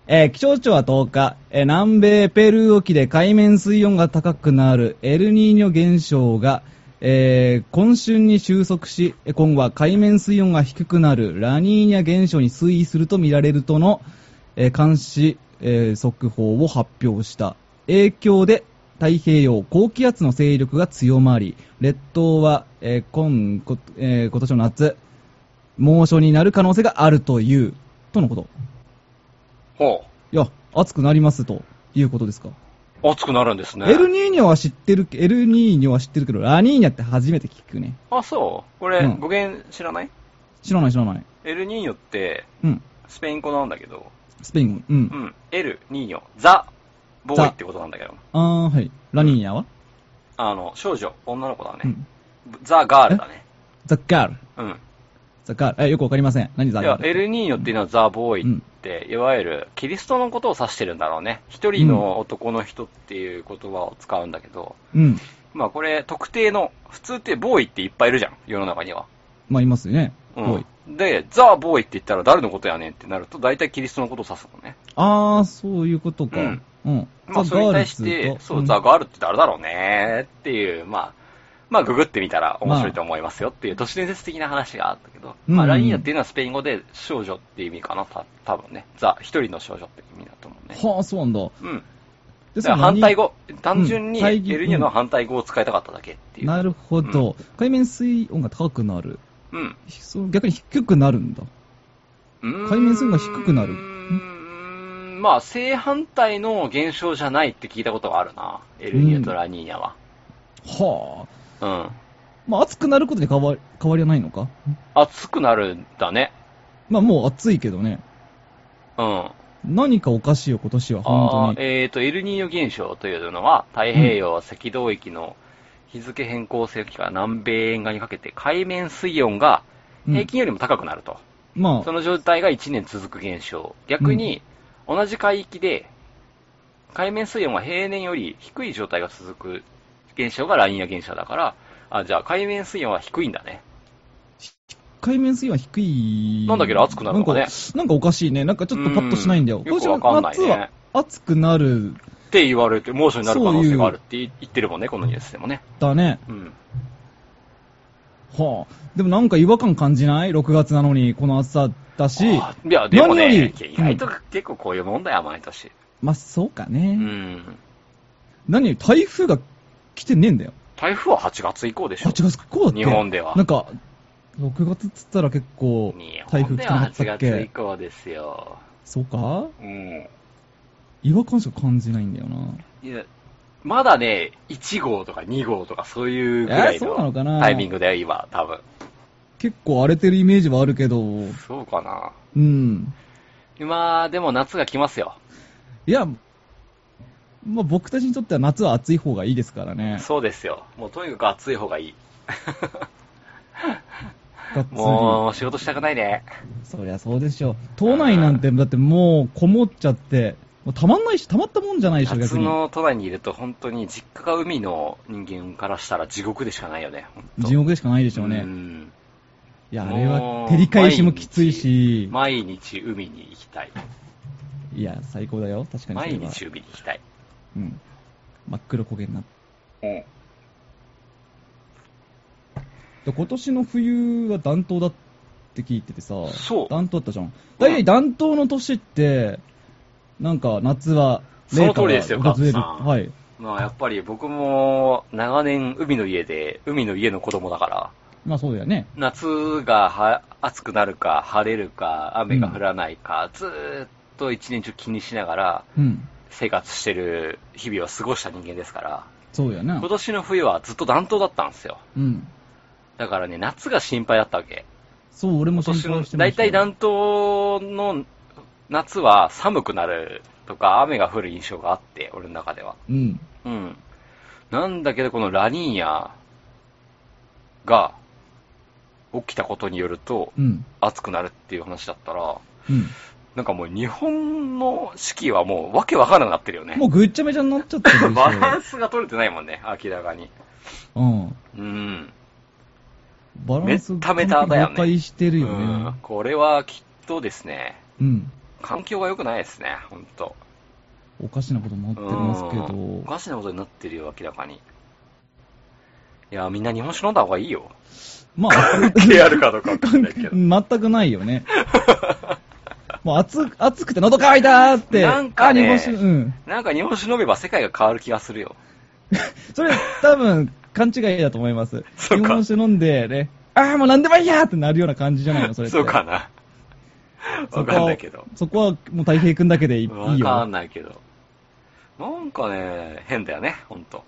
えー気象庁は10日、えー南米ペルー沖で海面水温が高くなるエルニーニョ現象が、えー今春に収束し、えー今後は海面水温が低くなるラニーニャ現象に推移すると見られるとの、えー監視、えー速報を発表した。影響で太平洋高気圧の勢力が強まり、列島は、えー今こえー今年の夏、猛暑になる可能性があるという、とのこと。ほいや、暑くなりますということですか。う。暑くなるんですね。エルニーニョは知ってるけ、エルニーニョは知ってるけど、ラニーニャって初めて聞くね。あ、そうこれ、うん語源知らない知らない知らない。エルニーニョって、うん。スペイン語なんだけど、スペイン語。うん。うん。エルニーニョ、ザ、ボーイってことなんだけど、あー、はい。ラニーニャは、あの、少女、女の子だうね。ん。ザ・ガールだね。ザ・ガール。うん。ザ・ガール。え、よくわかりません。何ザ・いガやー、ルエルニーニョっていうのはザ・ボーイって、いわゆるキリストのことを指してるんだろうね。一人の男の人っていう言葉を使うんだけど、うん。まあこれ特定の、普通ってボーイっていっぱいいるじゃん、世の中には。まあ、いますよね。う多いん。で、ザ・ボーイって言ったら誰のことやねんってなると、大体キリストのことを指すのね。あー、そういうことか。ううんん。まあそれに対して、そう、ザ・ガールって誰だろうねーっていう、まあ、まあググってみたら面白いと思いますよっていう都市伝説的な話があったけど、うんまあラニーニャっていうのはスペイン語で少女っていう意味かな、た多分ね。ザ、一人の少女って意味だと思うね。はあ、そうなんだ。うん。でだから反対。語、単純にうんエル対義ニーニョの反対語を使いたかっただけってそいのう。なるほど。海面水温が高くなる。うん。ひそう逆に低くなるんだ。海面水温が低くなるうーんまあ、正反対の現象じゃないって聞いたことがあるな。エルニーニョとラニーニャは。はあ。うん。まあ、暑くなることで変わ変わりはないのか暑くなるんだね。まあ、もう暑いけどね。うん。何かおかしいよ、今年は、あ本ーえっ、と、エルニーニョ現象というのは、太平洋赤道域の日付変更性期から南米沿岸にかけて海面水温が当に。う平ん、均よりも高くなると。まそあ、の状態が1年続く現象。逆に、同じ海域で、海面水温が平年より低い状態が続く現象がラニーニャ現象だから、あ、じゃあ海面水温は低いんだね。海面水温は低い。なんだけど暑くなるのかねんか。なんかおかしいね。なんかちょっとパッとしないんだよ。うんよくわかんないね今年の夏は暑くなる、って言われて、猛暑になる可能性があるそって言ってるもんね、このニュースでもね。だね。うん。はあ。でもなんか違和感感じない ?6 月なのに、この暑さだし。あいや、でも何ねよ、り意外と結構こういうもんだよ、毎年。まあ、そうかうね。ん。何より台風が来てねえんだよ。台風は8月以降でしょ。 8月こうだっけ日本ではなんか、6月っつったら結構日、台本風来でてなかはった8っ月以け降ですよ。そうかうん。違和感しか感じないんだよな。いや、まだね、1号とか2号とかそういうぐらえいーそうなのかのなタイミングだよ、今、多分。結構荒れてるイメージはあるけど、そうかな。うん。今、でも夏が来ますよ。いや、まあ、僕たちにとっては夏は暑い方がいいですからね。そうですよ。もうとにかく暑い方が いい。がっつりもう仕事したくないね。そりゃそうでしょう。島内なんて、だってもうこもっちゃって、もうたまんないし、たまったもんじゃないでしょ、夏逆に。の都内にいると本当に実家が海の人間からしたら地獄でしかないよね。本当地獄でしかないでしょううね。んいや、あれはもう照り返しもきついし、毎日海に行きたい。いや、最高だよ、確かにそれ毎は。日海に行きたい。うん。真っ黒焦げになって。で今年の冬は暖冬だって聞いててさ、そう暖冬だったじゃん。大体暖冬の年って、なんか夏は、その通りですよ冷夏が訪れるカップさんはい。まあやっぱり僕も長年海の家で、海の家の子供だから、まあそうだよね。夏がは暑くなるか、晴れるか、雨が降らないか、ずーっと一年中気にしながらうん。生活してる日々を過ごした人間ですから、そうだよな今。年の冬はずっと暖冬だったんですよ。うん。だからね、夏が心配だったわけ。そう、俺も今心年配のして、ま大したよ体暖冬の夏は寒くなるとか、雨が降る印象があって、俺の中では。うん。うん。なんだけど、このラニーニャが起きたことによると、うん。暑くなるっていう話だったら、うん。なんかもう日本の四季はもうわけわからなくなってるよねも。うぐっちゃめちゃになっちゃってるでしょ。 バランスが取れてないもんね、明らかに。うん。うん。バランスめっためただよね崩壊してるようんね。これはきっとですね、うん。環境が良くないですね、ほんと。おかしなことになってうんますけおど、かしなことになってるよ、明らかに。いや、みんな日本酒飲んだ方がいい よ。まあ、気あるかどうかわかんないけど。全くない よね。もう暑暑くて喉乾いたーって。なんかねあ日本酒うん。 なんか日本酒飲めば世界が変わる気がするよ。それ多分勘違いだと思います。そう日か本酒飲んでね、ああ、もう何でもいいやーってなるような感じじゃないの、それって。そうかな。そわこかはんないけど。そこはもう太平君だけでいいいいわかよん。ないけど。なんかね、変だよね、ほんと。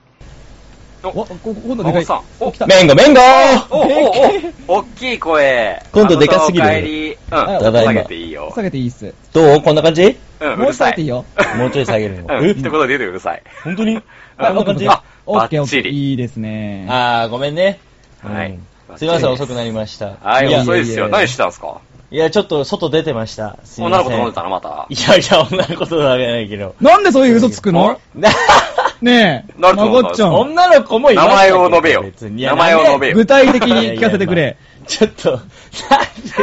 お、ここ今度で馬か場い。さん。お、来た。メンゴ、メンゴお、お、お、大きい声。今度でかすぎあるのお帰り。うん、ただい下まげていいよ下。げていいっす。どうこんな感じうん、もう下さげていい。よ。もうちょい下げるの。うん、一言で言ってください。本当にあこんな感じああ、オッケーオバッッケチー。リいいですね。ー、ごめんね。はいうんすいません、遅くなりました。はい、や遅いですよ。やや何してたんですかいや、ちょっと外出てました。すいま女せの子ん。と飲んでたの、また。いやいや、女の子とは言わない けど。なんでそういう嘘つくのなねえ。なると思うまごっちゃん。女の子もいましたけど名前を述べよ別にいや名前をな述んでべよ具体的に聞かせ てくれ。ちょっと、なんで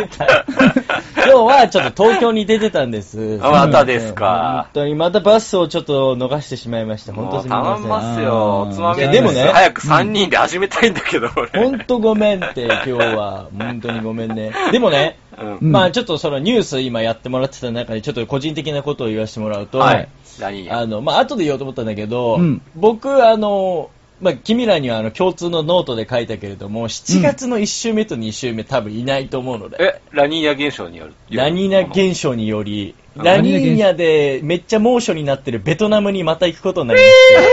だよ今日はちょっと東京に出てたんです。あまたです本か。当にまたバスをちょっと逃してしまいました。本も当うす頼みませみん。ますよ。あーつまみいやでもね早く3人で始めたいんだけど、俺。本当ごめんって、今日は。本当にごめんね。でもね、うん。うんまあちょっとそのニュース今やってもらってた中で、ちょっと個人的なことを言わせてもらうと、はい。何あの、まあ後で言おうと思ったんだけど、うん僕、あの、まあ、君らにはあの共通のノートで書いたけれども、7月の1週目と2週目多分いないと思うので、え、ラニーニャ現象による。ラニーニャ現象により、うんラニーニャでめっちゃ猛暑になってるベトナムにまた行くことになりまして。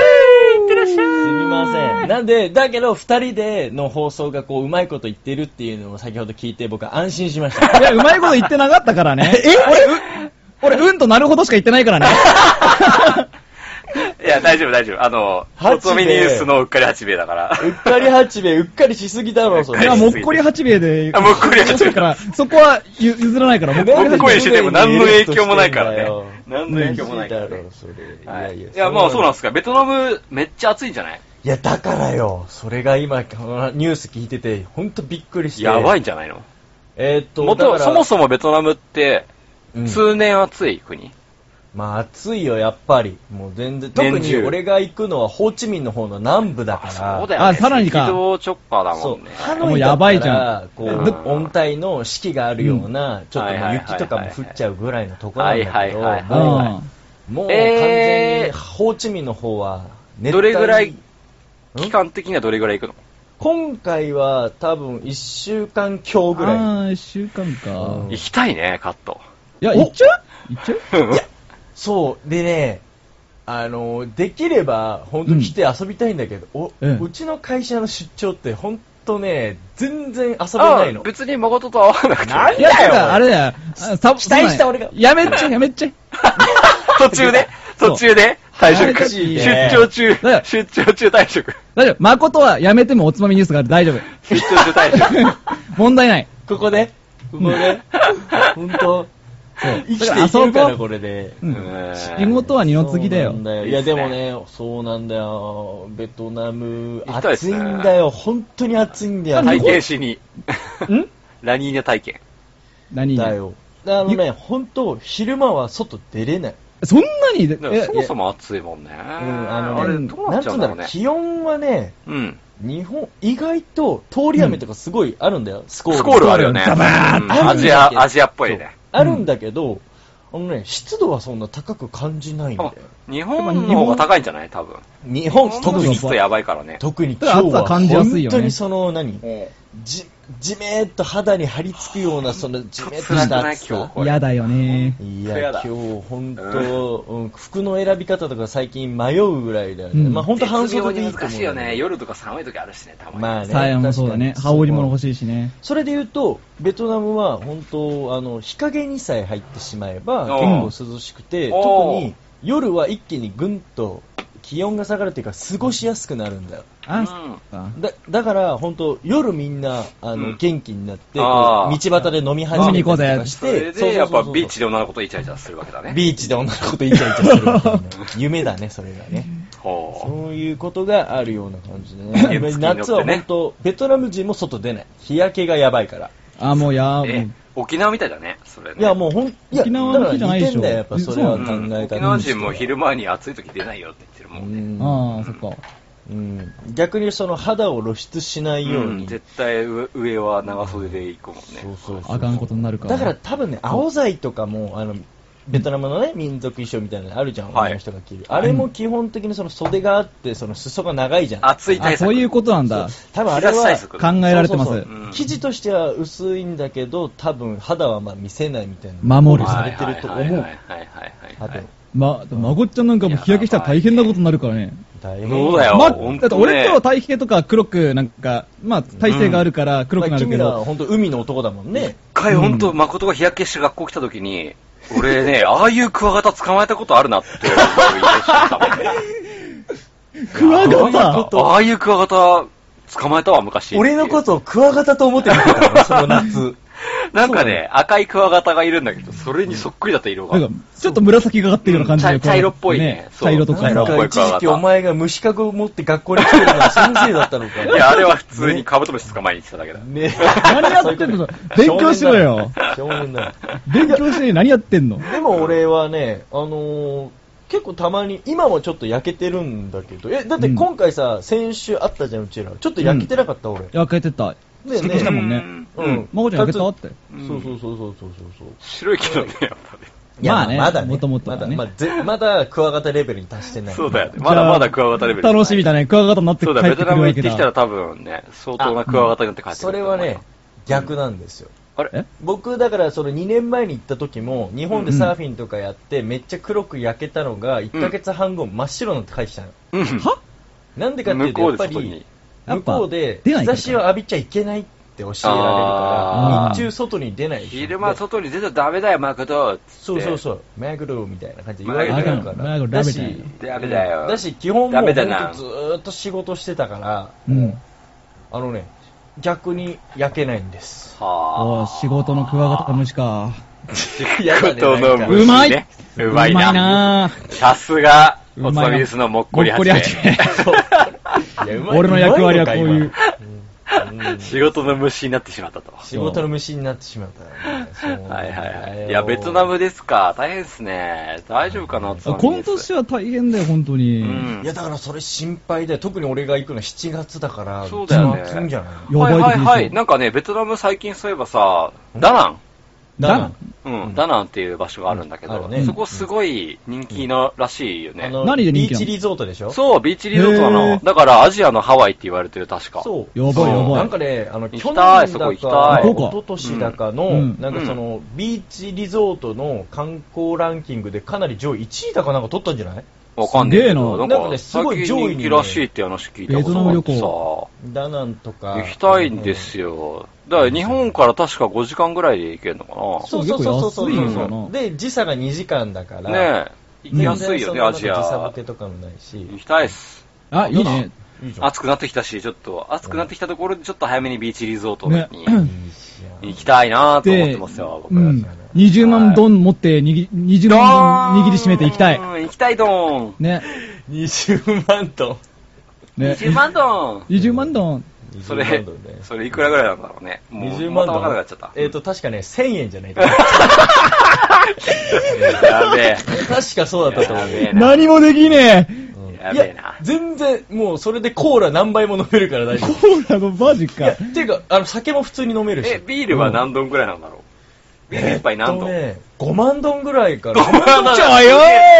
いってらっしゃい。すみません。なんで、だけど二人での放送がこう、うまいこと言ってるっていうのを先ほど聞いて僕は安心しました。いや、うまいこと言ってなかったから ね。え俺、う、俺、うんとなるほどしか言ってないからね。いや、大丈夫、大丈夫。あの、八兵衛おつまみニュースのうっかり八兵衛だから。うっかり八兵衛、うっかりしすぎだろ、そいいれや、。やもっこり八兵衛で。あもっこり八兵衛だから、そこはゆ譲らないから、もっこり僕八兵衛声してても何の影響もないからね。何の影響もないからね。それ。いはいいや、まあそうなんですか。ベトナムめっちゃ暑いんじゃないいや、だからよ、それが今、このニュース聞いてて、ほんとびっくりして。やばいんじゃないのえーっと、もだからそもそもベトナムって、うん通年暑い国。まあ暑いよ、やっぱり。もう全然。年特中に俺が行くのはホーチミンの方の南部だから。そうだよ。よね。あさらにか赤道直下だもそんねう。。ハもノうイやだばいかじゃんら、こううん、温帯の四季があるような、ちょっともう雪とかはいはいはいはもい降っちゃうぐらいのとこなんだけど、はいはいはいもうはいもう完全えーにホーチミンの方は熱ど帯れぐらい、うん期間的にはどれぐらい行くの今回は多分1週間強ぐらい。あー、一週間かう。ん行きたいね、カット。いや、いっちゃういっちゃうそう、でね、あの、できれば、本当来て遊びたいんだけど、お、うんうちの会社の出張って、本当ね、全然遊べあないの。別に誠と合わなくても。いや、だからあれだよ。あサボ期待した俺がやめっちゃ、やめっちゃ。途中で、途中で退職。大出事張中だ、出張中退職。大丈夫。誠はやめてもおつまみニュースがある。大 丈夫。出張中退職。問題ない。ここで、ここで、 本当そう。生きていけるだか、かららこれで。うんうん仕事は二の次だよそう。なんいや、でもね、そうなんだよ。ベトナム、行きたいっ暑すいねんだよ。本当に暑いんだよ。体験しに。ん ラニーニャ体験。何だよ。あのね、本当昼間は外出れない。そんなに、でもえそ、もそも暑いもんね。うん、ああのれ、ねどう、ななっんちゃつううんんだろうだろうねね、。気温はね、うん。日本、意外と通り雨とかすごいあるんだよ、スコール。スコールはあるよね。ザバーッうんアジア、アジアっぽいね。あるんだけど、あのね、湿度はそんな高く感じないんだよ。日本の方が高いんじゃない多分。日日本、本特のに湿、度やばいからね。特に今日だから暑はさ感じやすいよね本当にその、何じ、じめーっと肌に張り付くような、その、じめーっとした暑辛くない今日さ。これ嫌だよね。いそりゃや、だ今日、本当、うん、服の選び方とか最近迷うぐらいだよね。うんまあ、本当半袖でいいと思う。難しいよね。。夜とか寒い時あるしね、たまに。まあね。サーヤもそうだね。確か羽に織り物欲しいしね。それで言うと、ベトナムは本当、あの日陰にさえ入ってしまえば、うん結構涼しくて、お特ーに夜は一気にぐんと気温が下がるというか、過ごしやすくなるんだよ。あ、うんそっか。だだから、本当、夜みんなあうのん元気になって、あこーう道端で飲み始めたりとかしそて、れで、やっぱビーチで。で女の子とイチャイチャするわけだね。ビーチで女の子とイチャイチャするみた いな夢だね、それがね。ほそういうことがあるような感じで 原付ね。に乗ってね夏は本当、ベトナム人も外出ない。日焼けがやばいから。あ、もうやう。え、沖縄みたいだね、それね。いや、もうほん、いや、沖縄の日じゃないでしょだから似てんだよ、やっぱそれはう考ん、えた沖縄人も昼間に暑い時出ないよって言ってるもうんね。んああ、そっか。うん逆にその肌を露出しないよううんに。絶対上上は長袖で行こうもんね。そうそうそうあかんことになるから。だから多分ね、青剤とかも、あの、ベトナムのね、民族衣装みたいなのあるじゃん、はい女の人が着る。あれも基本的にその袖があって、その裾が長いじゃん。暑いあ、対策。そういうことなんだ。多分あれ日差し対は、策考えられてますそう。そうそううん生地としては薄いんだけど、多分肌はまあ見せないみたいな。守る。されてると思うはいはいはいはい多はいはい分。ま、まごっちゃんなんかもう日焼けしたら大変なことになるからね。大変。そうだよ。ま、ほんだってとね俺と体型とか黒く、なんか、まあ、体勢があるから黒くなるけ君らはど、本当海の男だもんね。一回ほんと、誠が日焼けして学校来た時に、俺ね、ああいうクワガタ捕まえたことあるなって思い出したもんね。クワガあタああいうクワガタ捕まえたわ、昔。俺のことをクワガタと思ってなかったの、その夏。なんかね、赤いクワガタがいるんだけど、それにそっくりだった色が。なんか、ちょっと紫がかってるような感じうでん。茶茶色っぽいねそう茶色と茶か色 なっんぽいか一時期お前が虫かごを持って学校に来てるのは先生だったのか。いや、あれは普通にカブトムシ捕まえに行ってただけだ。ね何やってんの勉強しろよ。少年だよ。勉強して何やってんのでも俺はね、あのー結構たまに、今もちょっと焼けてるんだけど、え、だって今回さ、先週あったじゃん、うちら。ちょっと焼けてなかった、俺。焼けてた。ね指摘したもんね。うん。まごちゃん焼けたって。そうそうそうそうそうそう。白いけどね、やっぱね。いやまあねまだね。元々はねまだ、まあぜまだクワガタレベルに達してない。そうだよね。まだまだクワガタレベル。楽しみだね。ね。クワガタになってそ帰うだ、っベてトくナるムわ行けってきたらだ。多分ね、相当なクワガタになって帰ってくる。それはね、、逆なんですよ。あれ僕、だからその2年前に行った時も、日本でサーフィンとかやって、めっちゃ黒く焼けたのが、1ヶ月半後、真っ白になって帰ってきたの。うん。はなんでかってい向うと、こうでやっぱ外にり、。やっ向ぱこうで出ない日から差しを浴びちゃいけないって教えられるかあーら、日中外に出ないでしょ昼間外に出たらダメだよ、マクドって。そうそうう。そう、マグロみたいな感じで言われてるかマら。グロだしマグロ、ダメだよだし、基本もダうメ本当だずなーっと仕事してたから、うん。あのね、逆に焼けない んです。おはー仕事のクワガタ虫か。ぁ。やだねことのうま虫いね。うまいな。なさすが、うまおつまいなみニュースのもっこりはもっこり八兵衛 い やうまい俺の役割はこういう。。まいのか今うん仕事の虫になってしまったと。仕事の虫になってしまったよね。そうなんだはいよはいはい。いや、ベトナムですか。大変ですね。大丈夫かな、おつまみニこュのース年は大変だよ、本当に。うんいや、だからそれ心配で、特に俺が行くのは7月だから、そうだよね一番暑いんじゃないやばはいいはいはい。時ですよ。なんかね、ベトナム最近そういえばさ、ダナンだだうん、うんダナンっていう場所があるんだけど、あるねそこすごい人気のらしいよね。あの何で人気なのビーチリゾートでしょそう、ビーチリゾートなへの。ーだからアジアのハワイって言われてる、確か。そう。やばいそうやばいなんかね、あの、行去き年たいだそこ行きか、たい一昨年だかうの、んなんかその、ビーチリゾートの観光ランキングでかなり上位1位だかなんか取ったんじゃないわかんねえけすげえなど。なんかねすごい上位に最近人気らしいって話聞いたことがあってベさ、トナム行ダナンとか。きたいんですよ。だから日本から確か5時間ぐらいで行けるのかそうそうそうそうそう結構安いよなで、時差が2時間だかな。ら、ねえ。行きやすいよね、アジ時差ボア。ケとかもないし。行きたいっす。あ、いいね。いいじゃん。暑くなってきたし、ちょっと、暑くなってきたところで、ちょっと早めにビーチリゾートねにいいじゃん行きたいなと思ってますよ、僕。うん。20万ドン持って握り、20ド万ードンン握りしめていきたい。行きたいドーンね。 20万トン。ね。 !20 万ドーン20万ドン。それ、それいくらぐらいなんだろうね。もう、 20ま万たド分ンからなくなっちゃった。えっ、と、確かね、1000円じゃないかなやべえ。確かそうだったと思やべえな。何もできねう。やいべえやな、。全然、もうそれでコーラ何杯も飲めるから大丈え。夫。コーラのマジいや、か。ていうか、あの、酒も普通に飲めるし。え、ビールは何ドンぐらいなんだろうビール一杯何ドンえっとね、5万ドンぐらいから。 5万ドンちょ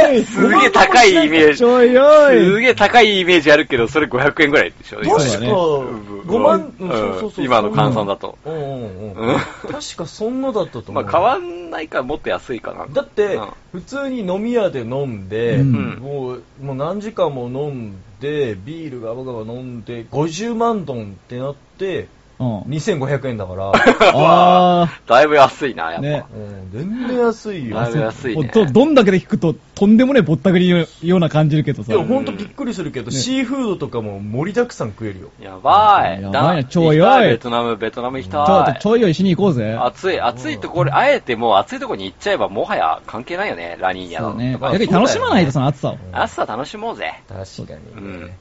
いおいすげえ高いイメージ。ちょいおすいげえ高いイメージあるけど、それ500円ぐらいでしょ確か、そうだね5万、うんそうそうそう。今の換算だと。うんうんううん。ん確かそんなだったと思まう。あ変わんないからもっと安いかな。だって、うん普通に飲み屋で飲んで、うんもうもう何時間も飲んで、ビールガバガバ飲んで、50万ドンってなって、うん。 2500円だ から、あだいぶ安いな、やっぱ。ねうん全然安いよ。だいぶい安いもうね。ど、どんだけで聞くと、とんでもねえぼったくりよような感じるけどさ。や、ほんとびっくりするけど、シーフードとかも盛りだくさん食えるよ。やばい。やばいなだちょい行きたおいベトナム、ベトナム行きちょっとたちょいよいしに行こうぜい。。暑い、暑いところ、あえてもう暑いところに行っちゃえばもはや関係ないよね、ラニーニャそうの。ね。まあ逆に楽しまないと、その暑さを。暑さ楽しもうぜ。確かに、うんね。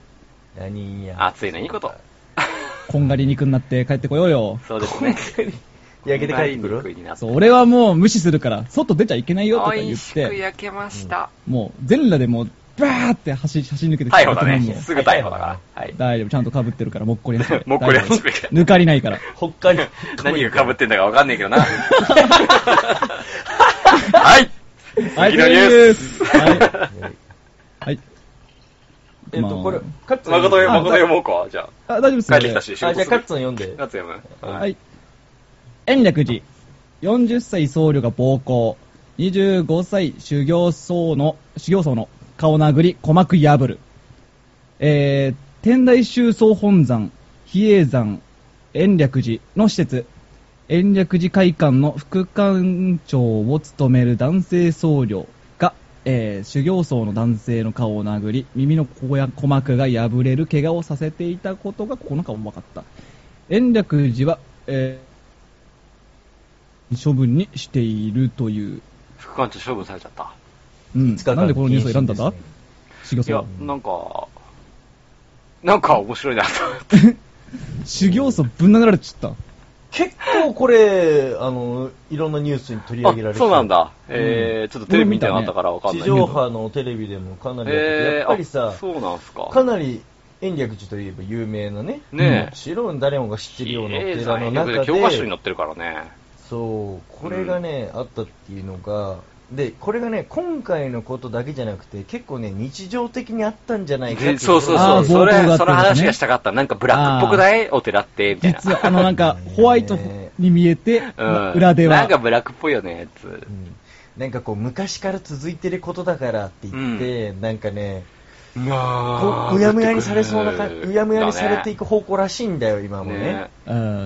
何や。暑いのいい こと。こんがり肉になって帰ってこようよ。そうですね。焼けて帰ってくこんがりる肉になってそう、俺はもう無視するから、外出ちゃいけないよとか美言味っしくて、焼けました。もう全裸でもう、バーって走り、走り抜けて逮捕だベトナね。ムをすぐ逮捕だから。はい。大丈夫、ちゃんと被ってるから、もっこり走る。 もっこり走る大丈夫抜かりないから。他に。何が被ってんだかわかんねえけ どな。はい。はい、次のニュースはい。はい。えっと、これ、カッツン誠よ、あ誠読もうか。じゃあ、大丈夫ですあ、よ帰ってきたし、仕あ、事じゃあすカッるツン読んで。夏読む。うんはい。延暦寺。40歳僧侶が暴行。25歳修行僧の、修行僧の顔殴り、鼓膜破る。えー、天台宗総本山、比叡山、延暦寺の施設。延暦寺会館の副館長を務める男性僧侶が、えー、修行僧の男性の顔を殴り、耳の鼓や鼓膜が破れる怪我をさせていたことが9日も分かった。延暦寺は、えー処分にしているという。副館長処分されちゃった。うん。二日間なんでこのニュースを選んだんだ禁止ですね修行いや僧。、なんか、なんか面白いな と思って。 修行僧ぶん殴られちゃっ結構これ、あの、いろんなニュースに取り上げられあてそうなん。だ。えー、ちょっとテレビみたいなのあったからわかん地ないけ上ど。波のテレビでもかなりやってて、えやっー、ぱありさ、そうなんすか。かなり延暦寺といえば有名なね、ねえもちろん誰もが知ってるようなお比叡寺山の延中暦寺で、教科書に載ってるからね。そう、これがね、あったっていうのが、で、これがね、今回のことだけじゃなくて、結構ね、日常的にあったんじゃないかっていで そうそうあそーう。そ冒頭があれ、ったそんのですね話がしたかった。なんかブラックっぽくないお寺って、みた。たいな。実は、あの、なんか、ホワイトに見えて、うん裏でなんはか、ブラックっぽいよね、やつう。んなんかこう、昔から続いてることだからって言って、なんかね、こううやむやにされそうなか、うやむやにされていくく方向らしいんだよ、今もね。うん。う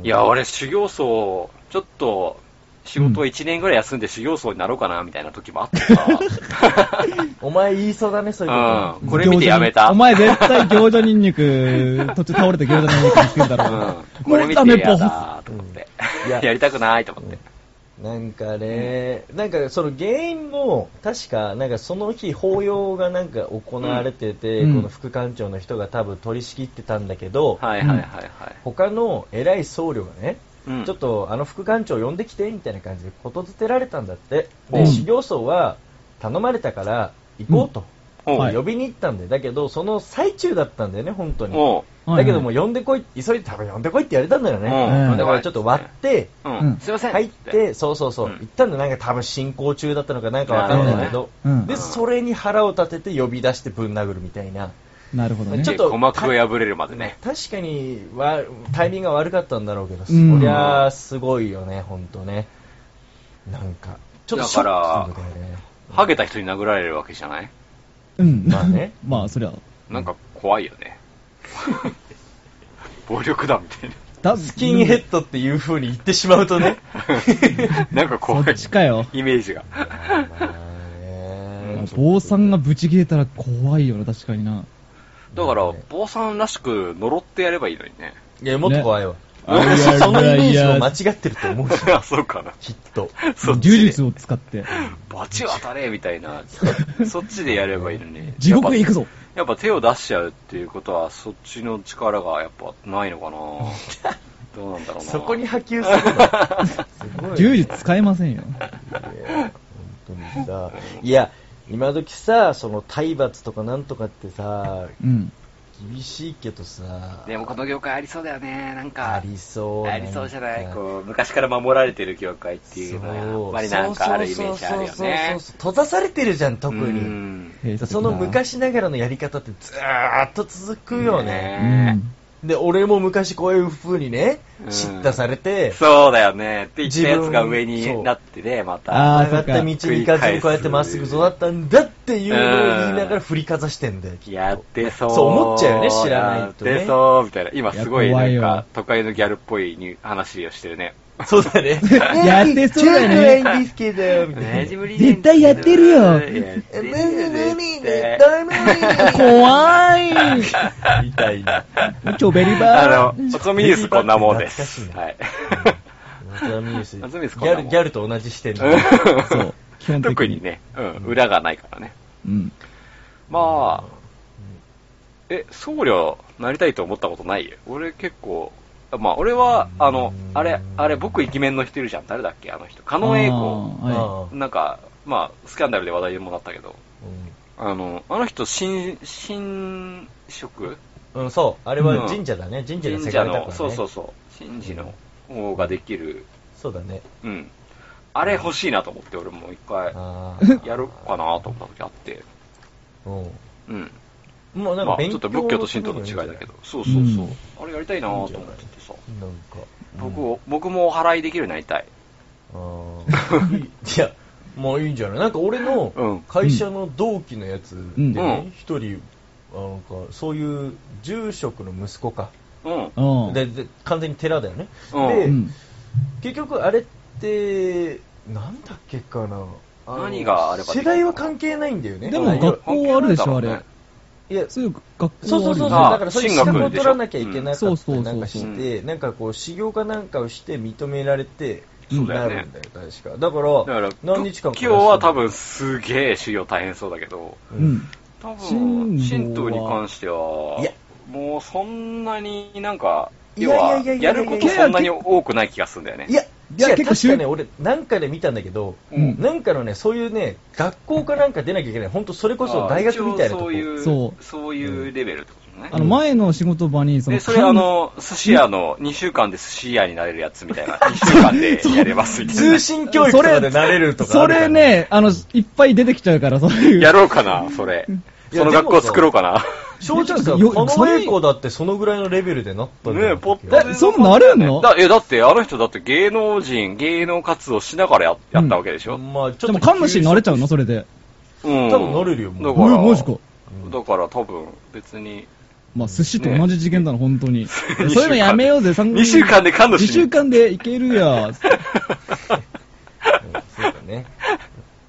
んいや、俺、修行僧、ちょっと、仕事を1年ぐらい休んで修行僧になろうかな、みたいな時もあったから。 お前言いそうだね、そういうこうんこれ見てやめたお前絶対餃子ニンニク、 途中倒れて餃子ニンニクにしてるだろうんう。もこれう見ダてメやボス。だと思ってうんい。ややりたくないと思って。と。なんかね、なんかその原因も、確か、なんかその日、法要がなんか行われてて、うんこの副館長の人が多分取り仕切ってたんだけど、はいはいはいはい。他の偉い僧侶がね、うんちょっとあの副館長呼んできてみたいな感じでことづてられたんだって、うでん修行僧は頼まれたから行こうと、おうはい呼びに行ったんで、だけどその最中だったんだよね、本当に。おうはいはいだけども、呼んでこい、急いで多分呼んでこいって言われたんだよね。うおんうだからちょっと割って、ううんん。すいません。入って、そうそうそうう、ん行ったんだなんか多分進行中だったのかなんかわかんなないけどるほどねうん、で、それに腹を立てて呼び出してぶん殴るみたいな。なるほどねちちょょっっとと。鼓膜が破れるまでね。確かにわタイミングが悪かったんだろうけど、うんそりゃすごいよね、本当ね。なんか、ちょっとショッキングだよね。ハゲた人に殴られるわけじゃないうん。まあね まあ、そりゃ。なんか怖いよね。暴力だみたいだスキンヘッドっていう風に言ってしまうとね。 な。なんか怖そっい。ちかよ。イメージが。まあねも坊さんがブチ切れたら怖いよな、確かにな。だから、坊さんらしく呪ってやればいいのにね。いや、もっと怖いわ。いやいやいや そのイメージを間違ってると思うよあ、 そうかな。きっと。そっちで呪術を使って、バチ当たれみたいな、そっちでやればいいのに。 地獄へ行くぞやっぱ手を出しちゃうっていうことは、そっちの力がやっぱないのかな どうなんだろうな。そこに波及するの すごい呪術使えませんよ。本当にさ。いや、今時さ、その体罰とかなんとかってさ、うん。厳しいけどさ、でもこの業界ありそうだよね、なんか。ありそう。ありそうじゃないんかこう、昔から守られてる業界っていうのは、やっぱりなんかあるイメージあるよね。そうそうそうそう閉ざされてるじゃん、特うに。ん閉鎖的なその。昔ながらのやり方ってずーっと続くよね。うん。で、俺も昔こういう風にね、うん叱咤されて、そうだよね。って言ったやつが自分上になってね、まあた。ー曲がった道に行かずにこうやってまっすぐ育ったんだっていうのを言いながら振りかざしてんだよ。やってそう。そう思っちゃうよね知らないとねやってそう、みたいな。今すごいいなんや怖いかわ、都会のギャルっぽいに話をしてるね。そうだね。やってそうだねちょっとないんですけど、みたいな。絶対やってるよやってるよ絶対怖いみたいな。ちょべりばあの、おつみニュースこんなもん です。懐はい。松田ミユスギ松田ミユスこんなャもル、んギャルと同じ視点で。そう、基本的に。特に。ね、うん、裏がないからね。うん。まあ、え、僧侶なりたいと思ったことないよ。俺結構、まあ俺は、あの、あれ、あれ、僕イケメンの人いるじゃん。誰だっけあの人。狩野英あー孝。はなんか、まあ、スキャンダルで話題にもなったけど、あの、あの人、新、新職うんうん、そう。あれは神社だね。神社の世神界社だからねの、。そうそうそう、神事の方ができる、そうだね。うん。あれ欲しいなと思って、俺も一回、あーやろうかなと思った時あって、うんうん。もうなんまかあ、ちょ勉強っと仏教と神道の違いだけど、そうそうそう、あれやりたいなと思っててさ、なんか。僕を僕もお祓いできるようになりたい。あー いいや、もういいんじゃないなんか俺うんの会社の同期のやつでうんね、一、人、あのなんかそういう住職の息子か。うん。うん。でで完全に寺だよね。うんで、うん。結局あれって、なんだっけかな。あの何があればできる世代は関係ないんだよね。ではもい学校あるでしょ、あうれん。いや、そういう学校そうそうそうそう、あだからそういう資格を取らなきゃいけなかったりなんか進し学でて、なんかこう、修行かなんかをして認められて、そうだよねなるんだよ、確か。だからだ、から、何日間か。仏教は多分すげえ修行大変そうだけど、う。うんん。多分、神神道道はに関しては、いやもうそんなになんか、い要やいやはいやいややいるやことそんなに多くない気がするんだよね。いや、いや違う結構確かね、修俺、なんかで見たんだけど、うんなんかのね、そういうね、学校かなんか出なきゃいけない、本当それこそ大学みたいなとこ。そういう、そそういうレベルってことね。あの、前の仕事場に、その、え、それあの、寿司屋の2週間で寿司屋になれるやつみたいな。2週 間でやれますみたい通な。信教育とかでなれるとかそあるかられ、ね、あの、いっぱい出てきちゃうから、そういう。やろうかな、それ。いやその学校作ろうかな。正直さ、よこの栄光だってそのぐらいのレベルでなったんだねよえ、ポッだドえそんななれんのだえ、だって、あの人だって芸能人、芸能活動しながらややったわけでしょ、まあ、ちょっとでも、神主になれちゃうのそれで。うん。多分なれるよだもうかん、ら、マジか。だから多分、別に。まあ、寿司と同じ次元だな、本当に。そう二週間でいうのやめようぜ、三 二週間で感動し二週間でいけるや。うんそうだ ね。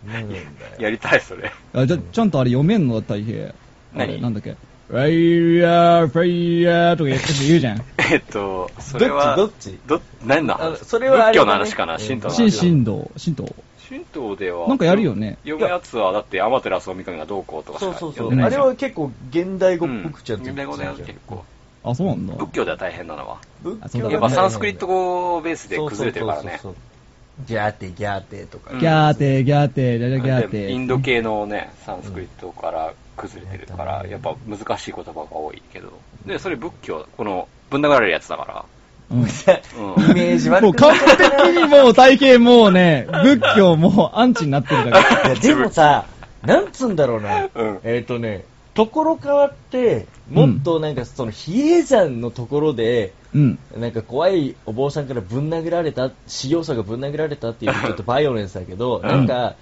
なんだよ やりたい、それ。あじゃ、ちゃんとあれ読めんの大平。何あれなんだっけ。ファイヤー、ファイヤーとか言って言うじゃん。 えっと、それは、どっちどっ何のあの話それはあれ仏だね教の話かな、神道の新話。神道、神道。神道では、なんかやるよね読むやつは、だって、アマテラスオミカミがどうこうとかしそうかそう読んそうで。ないあじれゃん。は結構現代語っぽくちゃうんん現代語だよ、結構。あ、そうなんだ。仏教では大変なのは。仏そうだねやっぱサンスクリット語をベースでそう崩れてるからね。そうそうそうギャーテギャーテとかうんギャーテー、ギャーテー、ギャーギャーテー。インド系のね、サンスクリットから崩れてるから、やっぱ難しい言葉が多いけど。で、それ仏教、この、ぶん殴られるやつだかうら。うん。ん。イメージ悪くもう完璧にもう体型もうね、仏教もうアンチになってるから 。いやでもさ、なんつうんだろうな。うんえっ、とね、ところ変わって、もっとなんかその比叡山のところで、うん。なんか怖いお坊さんからぶん殴られた、修行僧がぶん殴られたっていうちょっとバイオレンスだけど、なんか、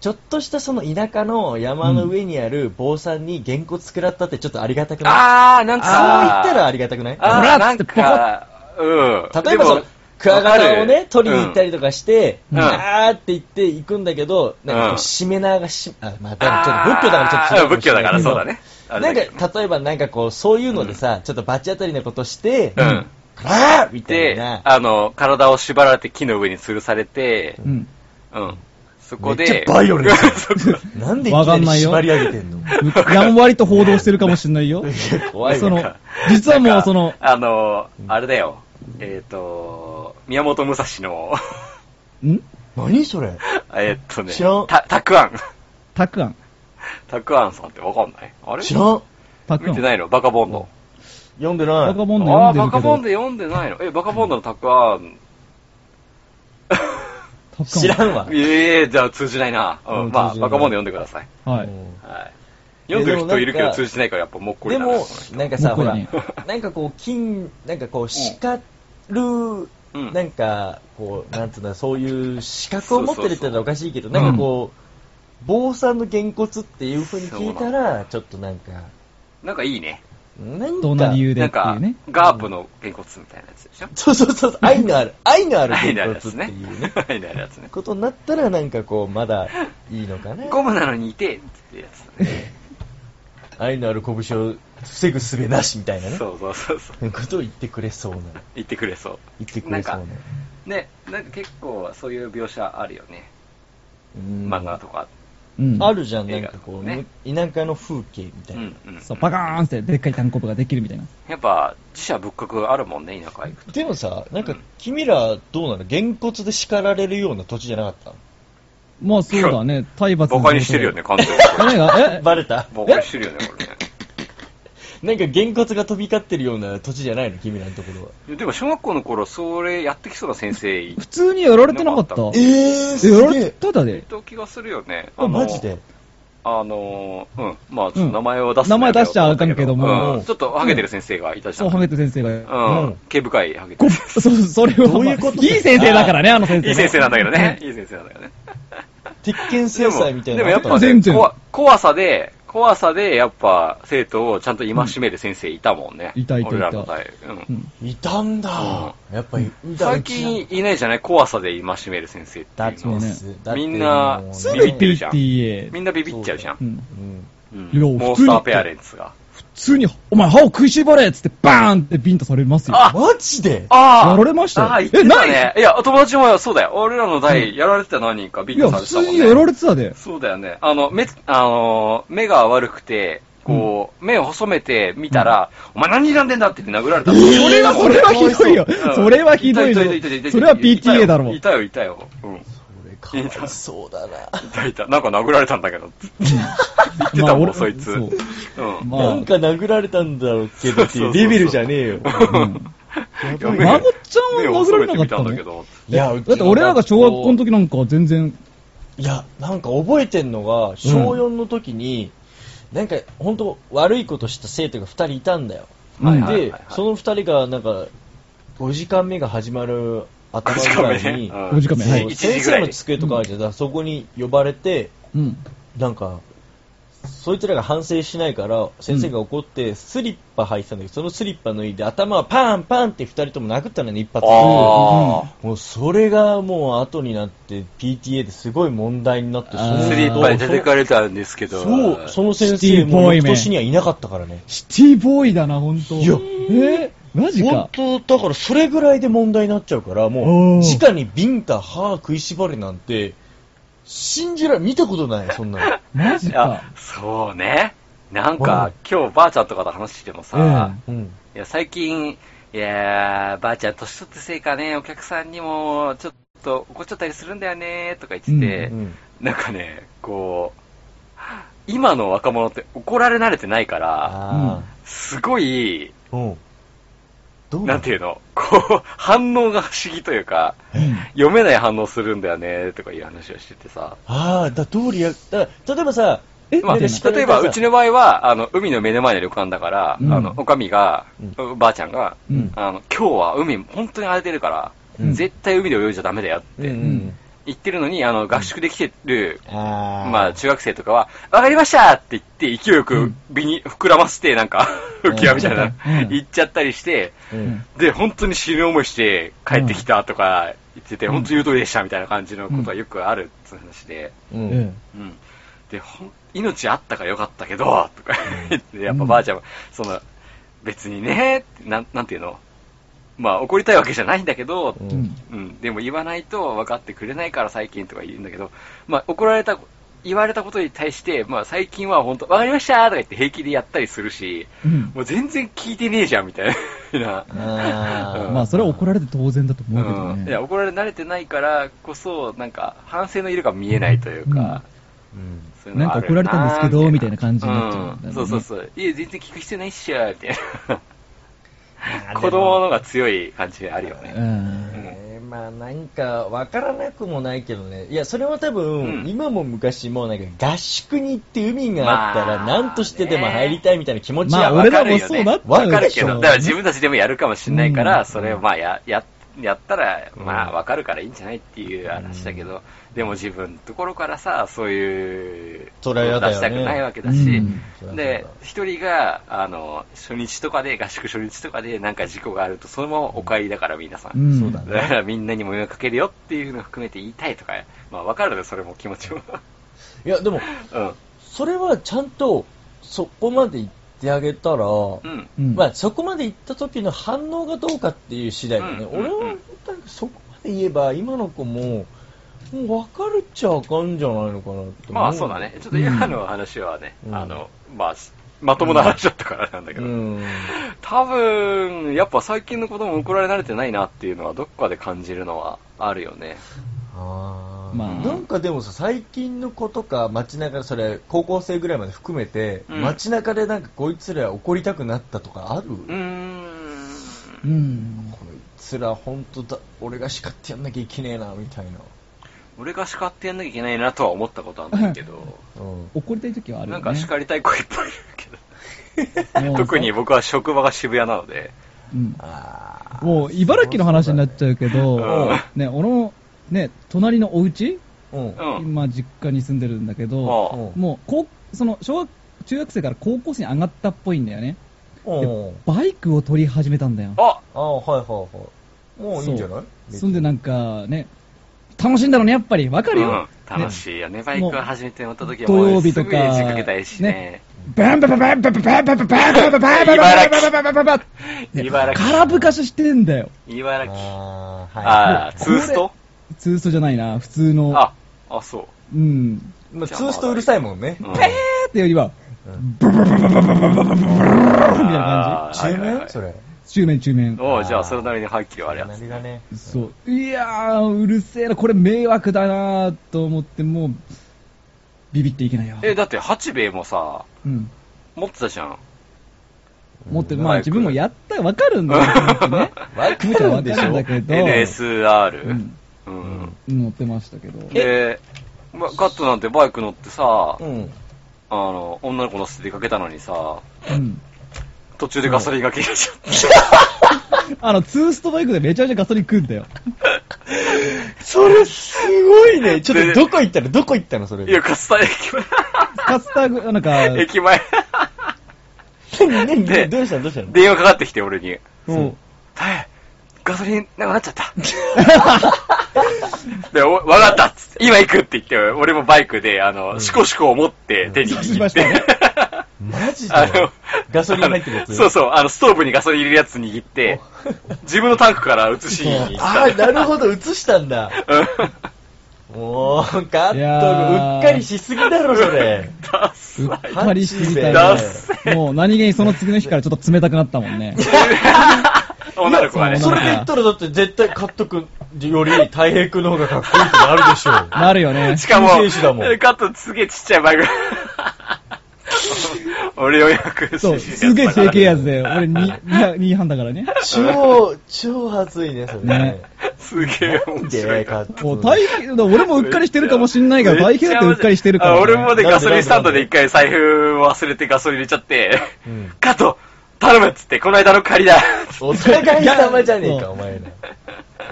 ちょっとしたその田舎の山の上にある坊さんに原骨食らったってちょっとありがたくないあー、なんそうか言ったらありがたくないあー、ほらなっんつってか、うん。例えばそのでも、クワガタをわかねる、取りに行ったりとかして、うんあーって言って行くんだけど、なんうんか、しめ縄がし、あ、まあ、でもちょっと仏教だからちょっと違あーうかも仏し教れだないからそうだね。あれなんだけどか、例えばなんかこう、そういうのでさ、ちょっと罰当たりなことして、うあん。あーみたいでな、。あの、体を縛られて木の上に吊るされて、うん。うん。そこで、めっちゃバイオレント そこなんでいきなわかんりないよ縛り上げてんのやんわりと報道してるかもしんないよ。怖いそわ。の、実はもうその、あの、あれだよ。えっ、と、宮本武蔵の、 ん何それえっとね、知らんた、たくあん。たくあん。たくあんさんってわかんないあれ知らんたくあ見んて。ないのバカボンド。読んでバなカい。ボンあド読あ、んでバるカけボどンド読んでないのえ、バカボンドのたくあん。たくあん。知らんわ。ええじゃあ通じないな。う、うんんまあ、通じバなカいボンド読んでください。はい。はい。読んでる人いるけでどもなんか通じてないからやっぱもっこりでだなもその、人なんかさ、もほっこらりね、なんかこう、金、なんかこう、叱る、うんなんか、こう、なんつうんだ、そういう資格を持ってるって言ったらおかしいけど、そうそうそうなんかこう、坊さんのげんこつっていう風に聞いたら、ちょっとなんか、なんかいいね。なんどんなか理、由でなっんていかうね。、ガープのげんこつみたいなやつでしょそうそうそう、愛の ある、愛のある愛のげあんるやこつっつてねいう ね、。愛のあるやつね。ことになったら、なんかこう、まだいいのかな。ゴムなのにいてってやつだね。愛のある拳を防ぐ術なしみたいなね。そうそうそうそう。ことを言ってくれそうな。言ってくれそう。言ってくれそうな。なんね、なんか結構そういう描写あるよね。うん漫画とか。うん。あるじゃん、な映ん画かこう、ね田舎の風景みたういんな。うん。そう、パカーンってでっかいタンコブができるみたいな。やっぱ、自社仏閣あるもんね、田舎行くと。でもさ、なんか、君ら、どうなのげんこつで叱られるような土地じゃなかったまあそう だね。体罰バカにして るよね、。完全に。何が えバレたバカにしてるよね、これね。えなんか、げんこつが飛び交ってるような土地じゃないの君らのところは。でも小学校の頃、それやってきそうな先生い普通にやられてなかった。なかっええやられてたで。た気がするよね。あ、マジであの、うん。まあ、ちょっと名前を出すのうん名前出しちゃあかんけどもうんちょっとハゲてる先生がいたじゃそん。う、ハゲてて先生が。ううんん。毛深いハゲてごる。そう、それは、どういうことまあいい先生だからね、あの先生ね。いい先生なんだけどね。いい先生なんだけどね。鉄拳制裁みたいなでものやあっったぱねの全、然怖怖さで、怖さでやっぱ生徒をちゃんと戒める先生いたもんね。うんいたいたいた俺らの代。ううんん。いたんだ。やっぱり、最近いないじゃない怖さで戒める先生ってだっいうてのはねだってみんなもうすぐ言ってるじゃんって言えみ。んなビビっちゃうじゃんう。ん。うんうんいやモンスターペアレンツが。普通に、お前歯を食いしばれっつってバーンってビンタされますよ。あマジでああやられましたよああ、言ってたえね。いや、友達もそうだよ。俺らの代、やられてた何人かビいッグや、され普てたも通んね。にやられてたで。そうだよね。あの、目、あの、目が悪くて、こう、目を細めて見たら、お前何睨んでんだって言って殴られた。それは、それはひどいようん。それはひどいよたたたたた。それは PTA だろい。たよ、いたよ。うん。い俺、かわいそうだな。たいた。なんか殴られたんだけ ど。言ってまたあも俺ん、そいつ。そううん。まあなんか殴られたんだろうけどっていうレベルじゃねえよ。うんやばい目まごちゃん目をは殴ら細れめなてかっみたたんだのけど。いや、うちだって俺らが小学校の時。時なんか全然、いや、なんか覚えてんのが、小4の時に、なんか本当悪いことした生徒が2人いたんだよ。はいはいで、その2人がなんか、5時間目が始まる頭5時間ぐら目いね。に、5時間目はいそう1先時ぐ生らいのに。机とかあるじゃん。だからそこに呼ばれて、うん。なんか、そいつらが反省しないから、先生が怒って、スリッパ履いてたんだけど、そのスリッパ脱いで、頭はパンパンって二人とも殴ったのに一発。もあうそれがもう後になって、PTA ですごい問題になって、そああ。ースのリーパイ出てかれたんですけど。そう、その先シテ生ィボもーイ翌め年にはいなかったからね。シティボーイだな、ほんと。いえやーマジ本か。当、だからそれぐらいで問題になっちゃうから、おもう、ー直にビンタ、歯食いしばれなんて、信じられ、見たことない、そんなの。マジあか。そうね。なんうかん、今日ばあちゃんとかと話してもさ、うん。いや、最近、いやー、ばあちゃん年取ってせいかね、お客さんにも、ちょっと怒っちゃったりするんだよね、とか言ってうて、ん。なんかね、こう、今の若者って怒られ慣れてないから、あすごい、あ。うん。どうなんていうの、こう、反応が不思議というか、うん読めない反応するんだよね、とかいう話をしててさ、ああ、だ、どうリア、だから、例えばさ、え、 まあ、みたいな叱ら例えれたらば、うちの場合は、あの、海の目の前の旅館だから、うんあの、おかみが、うばあちゃんが、うんあの、今日は海、本当に荒れてるから、うん絶対海で泳いじゃダメだよっうてん。行ってるのに、あの、合宿で来てる、あーまあ、中学生とかは、わかりましたって言って、勢いよく、微に膨らませて、なんか、浮き輪みたいな、行っちゃったりして、うんで、本当に死ぬ思いして帰ってきたとか言ってて、本当に言う通りでしたみたいな感じのことはよくあるって話で、うんえうん。で、ほん命あったからよかったけど、とか言って、やっぱばあちゃんは、その、別にね、なん、なんていうのまあ、怒りたいわけじゃないんだけど、うえうんん。うん、でも言わないと分かってくれないから最近とか言うんだけど、まあ、怒られた、言われたことに対して、まあ、最近は本当、分かりましたとか言って平気でやったりするし、うんもう全然聞いてねえじゃんみたいな。あうんーまあ、それは怒られて当然だと思うけどうん、いやね。怒られ慣れてないからこそ、なんか反省の色が見えないというか、うんそういうのがあるよなんか怒られたんですけどみたいな感じになっちゃうんだろうねそうそうそう、いや、全然聞く必要ないっしょみ たいあーな、子供の方が強い感じあるよね。うんえーまあなんか分からなくもないけどねいやそれは多分、うん今も昔もなんか合宿に行って海があったらまあ何としてでも入りたいみたいな気持ちまあは俺らもそうなっちゃうでしょわかるけど、だから自分たちでもやるかもしれないから、うんそれをまあや、や、やったら、まあわかるからいいんじゃないっていう話だけど、でも自分のところからさ、そういう、それは嫌だ出よねしたくないわけだし、うんで、一人が、あの、初日とかで、合宿初日とかでなんか事故があると、そのままお帰りだから皆さん。うんそうだねだから みんなにも迷惑かけるよっていうのを含めて言いたいとか、まあわかるで、それも気持ちも。いやでもうん。それはちゃんとそこまで行ってあげたら、うん。うんまあ、そこまで行った時の反応がどうかっていう次第だよね、うん俺はなんかそこまで言えば今の子ももう分かるっちゃ分かんじゃないのかなって思まあそうだね。ちょっと今の話はね、うんあの、まあ、まともな話だったからなんだけうど、ん多分、やっぱ最近の子供怒られ慣れてないなっていうのはどっかで感じるのはあるよね。あーまあなんかでもさ最近の子とか街中でそれ高校生ぐらいまで含めて、うん街中でなんかこいつら怒りたくなったとかある、うーん。うん。こいつら本当だ俺が叱ってやんなきゃいけねえなみたいな、俺が叱ってやんなきゃいけないなとは思ったことはないけど、うん、怒りたい時はあるよなね。んか叱りたい子いっぱいいるけもど、う特に僕は職場が渋谷なので、うんあーもう、茨城の話になっちゃうけど、ね、俺の、ね、隣のお家うん、うんうん。今、実家に住んでるんだけど、まあもう、こうその、小学、中学生から高校生に上がったっぽいんだよね。うんバイクを取り始めたんだよ。あああ、はいはいはい。もういいんじゃないそんでなんんかね、楽しいんだろうね、やっぱり。わかるよ。うん、楽しいよね。バイクを始めて乗った時はもうも土うす曜日ぐとにか時かけたいしねね。バンバンバンバンバンバンバンバンバンバンバンバンバンバンバンバンバンバンバンね茨城空ぶかししてんだよ。茨城。ああ、はい。ああ、ツーストツーストじゃないな、普通の。あ、あ、そう。うん。まあ、ツーストうるさいもんね。うんペーってよりは、ブブブブブブブブブブブブみたいな感あー中はいはいは面いそれ。じ。中面、中面。おうじゃあ、それなりに排気量あるやなつ。りだね。そう。いやー、うるせえな、これ迷惑だなーと思って、もう、ビビっていけないよ。え、だって、八兵衛もさ、うん。持ってたじゃん。持ってる、うんまあバイク自分もやった、わかるんだよ、気持ちね。わ気持ちはわかるんだけど。う NSR ん。。うん。乗ってましたけど。で、まガットなんてバイク乗ってさ、あうん。の、女の子乗せて出かけたのにさ、うん。途中でガソリンが切れちゃって。あの、ツーストバイクでめちゃめちゃガソリン食うんだよ。それすごいね。ちょっとどこ行ったのどこ行ったのそれ。いや、カスタ駅カスタグ、なんか、前。駅前。何、何でどうしたのどうしたの電話かかってきて、俺に。うん。大変ガソリンなくなっちゃ った。で、おわかったっつって今行くって言って、俺もバイクで、あの、シコシコを持って手にし握まっしたて、ねマジ であの、ガソリン入ってるやつそうそう、あの、ストーブにガソリン入れるやつ握って、自分のタンクから移しに行った。ああ、なるほど、映したんだ。もう、カットいやーうっかりしすぎだろ、それ。ダッサういっかりしてみたいダなッセもう何気にその次の日からちょっと冷たくなったもんね。女の子はね。それで言ったらだって絶対カット君より太平君の方がかっこいいってなるでしょう。なるよね。しかも、救世主だもんカットすげえちっちゃいバイク。 俺をよく そう、すげえ整形やつで、俺2、2班だからね。超、超熱いね、それねね。すげえ面白いなでかつもう大変、だから俺もうっかりしてるかもしんないから、大変だってうっかりしてるから、あ俺もね、なんでガソリンスタンドで一回財布を忘れてガソリン入れちゃって、うんカット頼むっつって、この間の借りだお互い様じゃねえいやか、お前ら。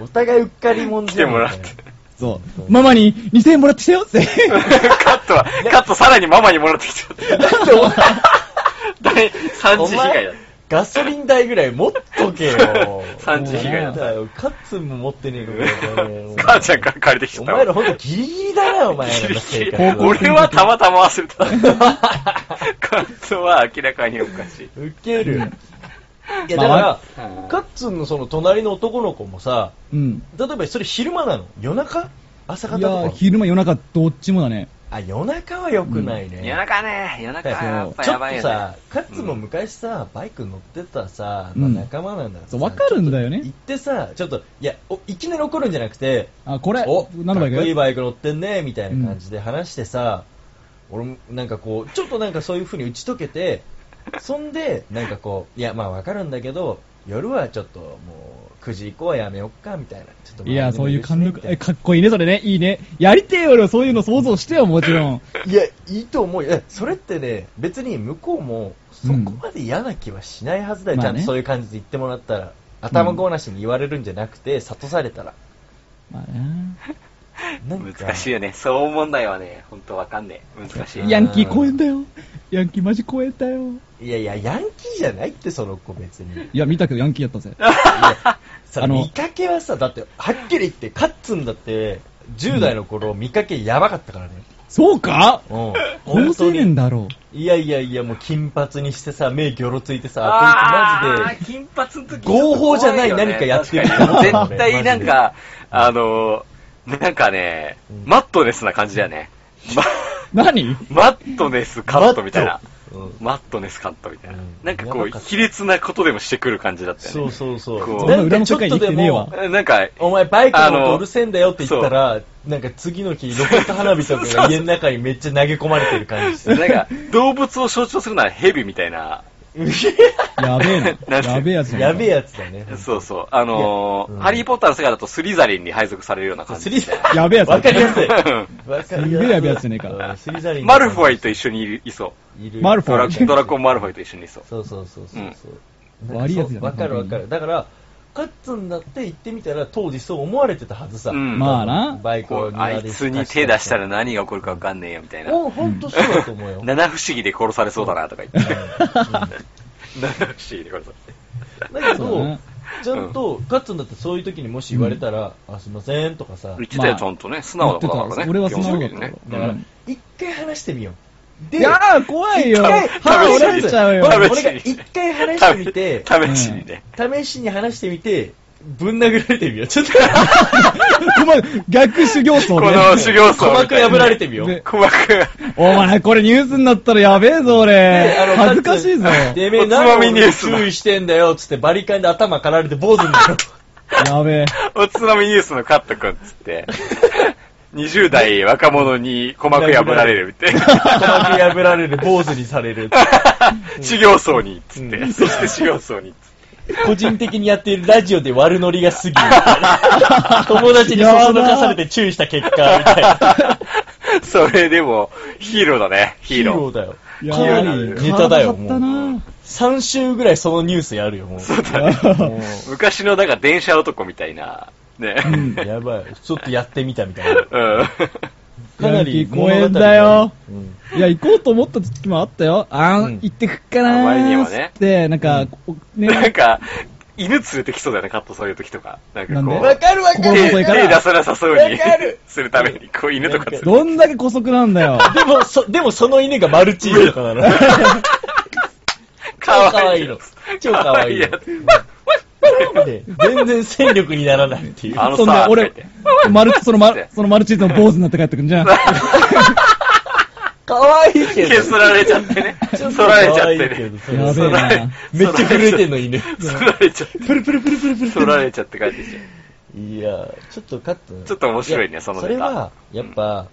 お互いうっかりもん来じてゃねえもからって。そう。ママに2000円もらってきたよって。カットは、カットさらにママにもらってきちゃった。大産地被害だ。。ガソリン代ぐらい持っとけよ産地被害だなんだよ。カッツンも持ってねえのかよ。母ちゃんから借りてきちゃおった。前らほんとギリギリだな、お前らの生活。俺はたまた ま忘れた。カットは明らかにおかしい。ウケる。いや、だから、カッツンのその隣の男の子もさ、うん。例えばそれ昼間なの夜中朝方いとやかー昼間夜中どっちもだね。あ、夜中は良くないね。夜中ね、夜中はやっぱちょやっばいとよさね。、カッツンも昔さ、バイク乗ってたさ、うんまあ仲間なんだからさそう、わかるんだよ行ねっ。てさ、ちょっと、いや、おいきなり怒るんじゃなくて、あ、これ、お、何のバイクかっこいいバイク乗ってんね、みたいな感じで話してさ、俺もなんかこう、ちょっとなんかそういう風に打ち解けて、そんで、なんかこう、いや、まあわかるんだけど、夜はちょっともう、9時以降はやめよっか、みたいな。ちょっと周いりにもや、そういう感許して覚、みえたかっこいいね、それね。いいね。やりてえよ、俺はそういうの想像してよ、もちろん。いや、いいと思うよ。えそれってね、別に向こうも、そこまで嫌な気はしないはずだよ。うんちまあゃんとねそういう感じで言ってもらったら。頭ごなしに言われるんじゃなくて、諭されたら。まあねなんか難しいよね。そう問題はね、ほんとわかんねえ。難しい。ヤンキー公園だよ。ヤンキーマジ公園だよ。いやいや、ヤンキーじゃないって、その子別に。いや、見たけどヤンキーやったぜ。さあの見かけはさ、だって、はっきり言って、カッツンだって、10代の頃、見かけやばかったからね。そうかうん。高青年だろいやいやいや、もう金髪にしてさ、目ギョロついてさ、あマージで、金髪の時合法じゃない何かやってる確かに絶対なんか、あの、なんかね、マットネスな感じだよね。まう。何マットネスカットみたいな。うんマットネスカットみたいなうん。なんかやこばう、かった卑劣なことでもしてくる感じだったよそねう。そうそこうう。そんな裏の世界に生きてねえわなんかちょっとでもなんか、お前バイクの音うるせえんだよって言ったら、なんか次の日、ロケット花火とかが家の中にめっちゃ投げ込まれてる感じすなる。んか、動物を象徴するならヘビみたいな。やべえなな。んでやべえやつだな やべえやつだね。そうそう。あのーいやうんハリーポッターの世界だとスリザリンに配属されるような感スじ。リザやべえやつだわかりやすい。うわかすげえやべえやつじゃねえかうんスリザリン。マルフォイと一緒にいるいそう。いるマルフドォラドラコン・マルフォイと一緒にいそう。そうそうそうそうそう。なんか悪いやつじゃんわかるわかる。だから、カッツンだって言ってみたら、当時そう思われてたはずさ。うんまあな。バイクこをうあ庭いでつに手出したらね。何が起こるかわかんねえよみたいな。お、ほんとそうだと思うよ。う ん七不思議で殺されそうだなとか言って。 七不思議で殺されだけそうだどね、ちゃんと、カッツンだってそういう時にもし言われたら、あ、すいませんとかそさう。言ってたよ、ちゃんとね。素直な子だからね。俺は素直だ基っ本的たからにね。だからうん、一回話してみよう。いで、やー、怖いよ。一回歯折れちゃうよほ。ら試しに俺が一回話してみて、試しにね。試しに話してみて、ぶん殴られてみよう。 ちょっと、お前、逆修行僧こねの修行僧鼓み膜たい破な。られてみよう。で鼓膜。お前、これニュースになったらやべえぞ、俺。あの恥ずかしいぞ。てめえ、おつまみ何ニュース注意してんだよ、つってバリカンで頭かられて坊主にな る。やべえ。おつまみニュースのカットくんっつ って。20代若者に鼓膜破られるみたいな。鼓膜破られる、坊主にされる。 修行僧にっつって。そして修行僧にっつって。個人的にやっているラジオで悪ノリが過ぎる。 友達にそそのかされて注意した結果、みたいな。 それでも、ヒーローだね、ヒヒーーロー。ローだよ。やかなーりネタだよ、腹立ったもう。な3週ぐらいそのニュースやるよ、もう。そうだね。昔のなんか電車男みたいな、ね。うん。やばい。ちょっとやってみたみたいな。かなヤンキりー公園物語だよ。うんいや、行こうと思った時もあったよ。あー、うん行ってくっかなーあまりにもねって、なんか、こうね、なんか、犬連れてきそうだよね、カットそういう時とか。なんかこなんう。でわかるわか手る心細いから手出さなさそうにわかるするために、こう犬とか連れて。どんだけ古速なん だよ。でも、そ、でもその犬がマルチーズとかなの。かわいいのの。。超かわいいのかわいいで全然戦力にならないっていう。あのそんでさ、、俺 とか言って、マルチ、そのマル、そのマルチーズの坊主になって帰ってくんじゃん。 かわいいけ削られちゃってね。っとそられちゃって可愛いけどね。そやべえられな。めっちゃ震えてんの犬。そられちゃって。プルプルプルプルプル。そられちゃって帰ってきちゃう。いや、ちょっとカット。ちょっと面白いねやそのネタそれは、やっぱ、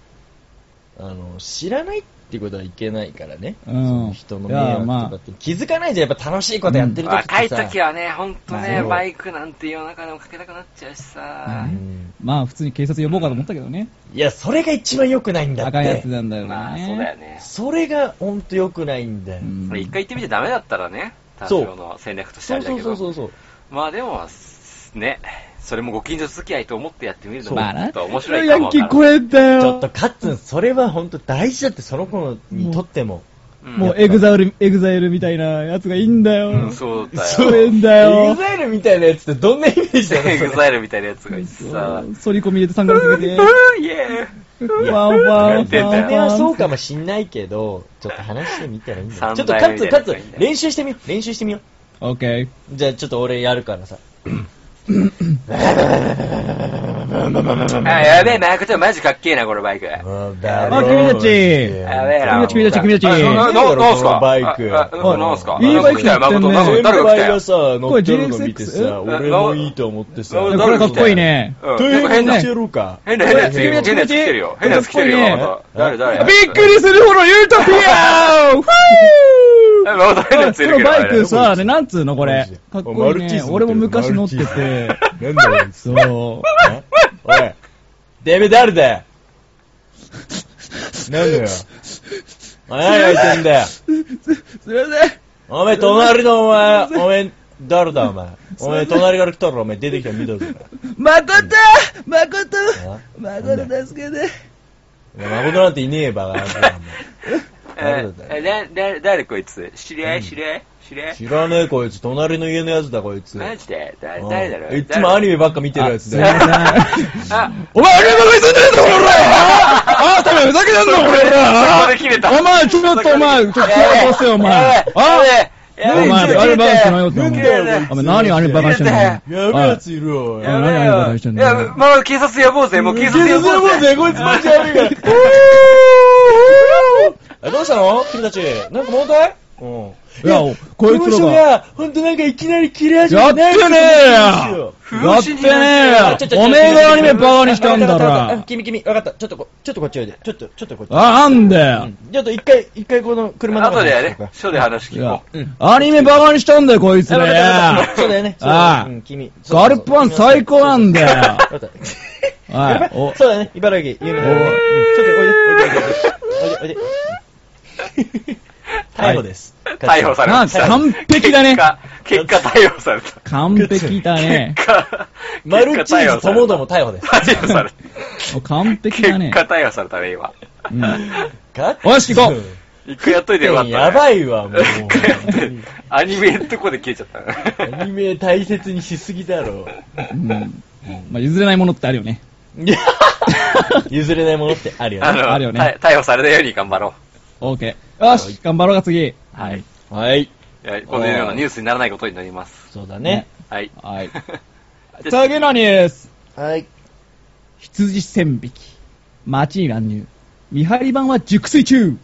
あの、知らないってことはいけないからね。うそんの人の迷惑とかって。気づかないじゃん、やっぱ楽しいことやってる時ってさ。若い時はね、ほんとまあね、そうバイクなんて夜中でもかけたくなっちゃうしさう。んまあ、普通に警察呼ぼうかと思ったけどね。いや、それが一番良くないんだっ赤いやつて。なんだよまあ、ね。そうだよね。それがほんと良くないんだよう。んそれ一回行ってみてダメだったらね、多そう少の戦略としてあそうれだそけうそうそど。うそう。まあでも、ね、それもご近所付き合いと思ってやってみるのも、まあちょなっと面白いヤかもンわキからーない。超えたよ。ちょっとカッツン、それは本当大事だって、その子にとっても。うんもうエグザイル、エグザイルみたいなやつがいいんだよ。うん、そうだよ。そういうんだエよグ。ザイルみたいなやつってどんなイメージだろエうそグれザイルみたいなやつがいてさ、反り込み入れてサングラスかけて。うん イエーイワンワンワン出たそれはそうワン。かもしんないけど、ちょっと話してみたらいいんだよ。三ちょっとカ代ッ目ツン、みカたいッなツン、練習してみよう。練習してみよオッケう。じゃあちょっと俺やるからさ。あ、やべえ、マークちゃんマジかっけえな、このバイク。やあ君たちべえな。君たち君たち君たちあなななんすかこのバイクああなんすかいいバイク来たよ、乗ってん誠ねなんか誰が来た先輩よが。さ、乗ってるの見てこれさ、 GXX？俺もいいと思ってさ、なー。なとこれかっこいいね。うん、いう結構変なに。しろうか。変な、変なやついるよ。気変なやつ来持ちいいてるよ。変なやつ来てるよ、気持ちいいね誠誰、び誰っくりするほど言うとぴやーふえ、誠変なやついーるこけのど。バイクあさ、れあれなんつうのこれ。かっこいいマルチーね。ズ俺も昔乗ってマルチーて。なんだよ、そそう。えおい、デメ誰だよなんだよ。お前何言ってんだよ。すいません。お前隣のお前、お前、誰だお前。お前隣から来たらお前出てきたら見たぞ。まことまことあまなこんだと助けて。お前誠なんていねえばな。え、えだだ誰こいつ知り合い知り合い知り合い知らねえこいつ、隣の家のやつだこいつ。マジでだうん誰だろういっつもアニメばっか見てるやつだよ。あ、お前、あればかりすんじゃねえぞ、この俺ああ、ためふざけてんの、これそこで切れたお前、ちょっとお前、ちょっとどうせよ、お前。あやおべえ前、あればかりしてないよって、お切前。れたお前、何あればかりしてんのお前やべえやついるよ。おいやべえよ。いや、もう警察呼ぼうぜ、もう警察呼ぼうぜ。こいつマジ悪 いから。えどうしたの君たち。なんか問題うん。いや、こいこのつ人らが。が、ほんとなんかいきなり切れ始めやってねえないよやってねえよおめえがアニメバカにしたんだらろ君君、わかった。ちょっとこ、ちょっとこっちおいで。ちょっと、ちょっとこっち。あ、なんだうよんちょっと一回、一回この車の後でや話しねよう、か署で話い聞やこアニメバカにしたんだよ、こいつあわかったわかったそうだよら。ね。ああそうだよねうん君。ガルパン最高なんだよよ。そうそうはいやっぱおそうだね、茨城、有名だね。うんちょっとおいで、おいで、おいで、おいで、おいで。 逮捕です。逮捕されまあ、ました。完璧だね結。果、結果逮捕された。完璧だね。結果マルチーズともども逮捕です。 逮捕された。お完璧結だね果。逮捕されたね、今。うんガッよし、行こう一回やっといてよかったね。やばいわ、もう。一回やっといてアニメのとこで消えちゃったね。アニメ大切にしすぎだ ろ。うんまあ、譲れないものってあるよね。いや譲れないものってあるよあね。の、あるよね逮逮捕されたように頑張ろ OK。よし、頑張ろうが次。はい。はい。ういや。このようなニュースにならないことになります。そうだね。はい。はい。次のニュース。はい。羊線引き。街に乱入。見張り版は熟睡中。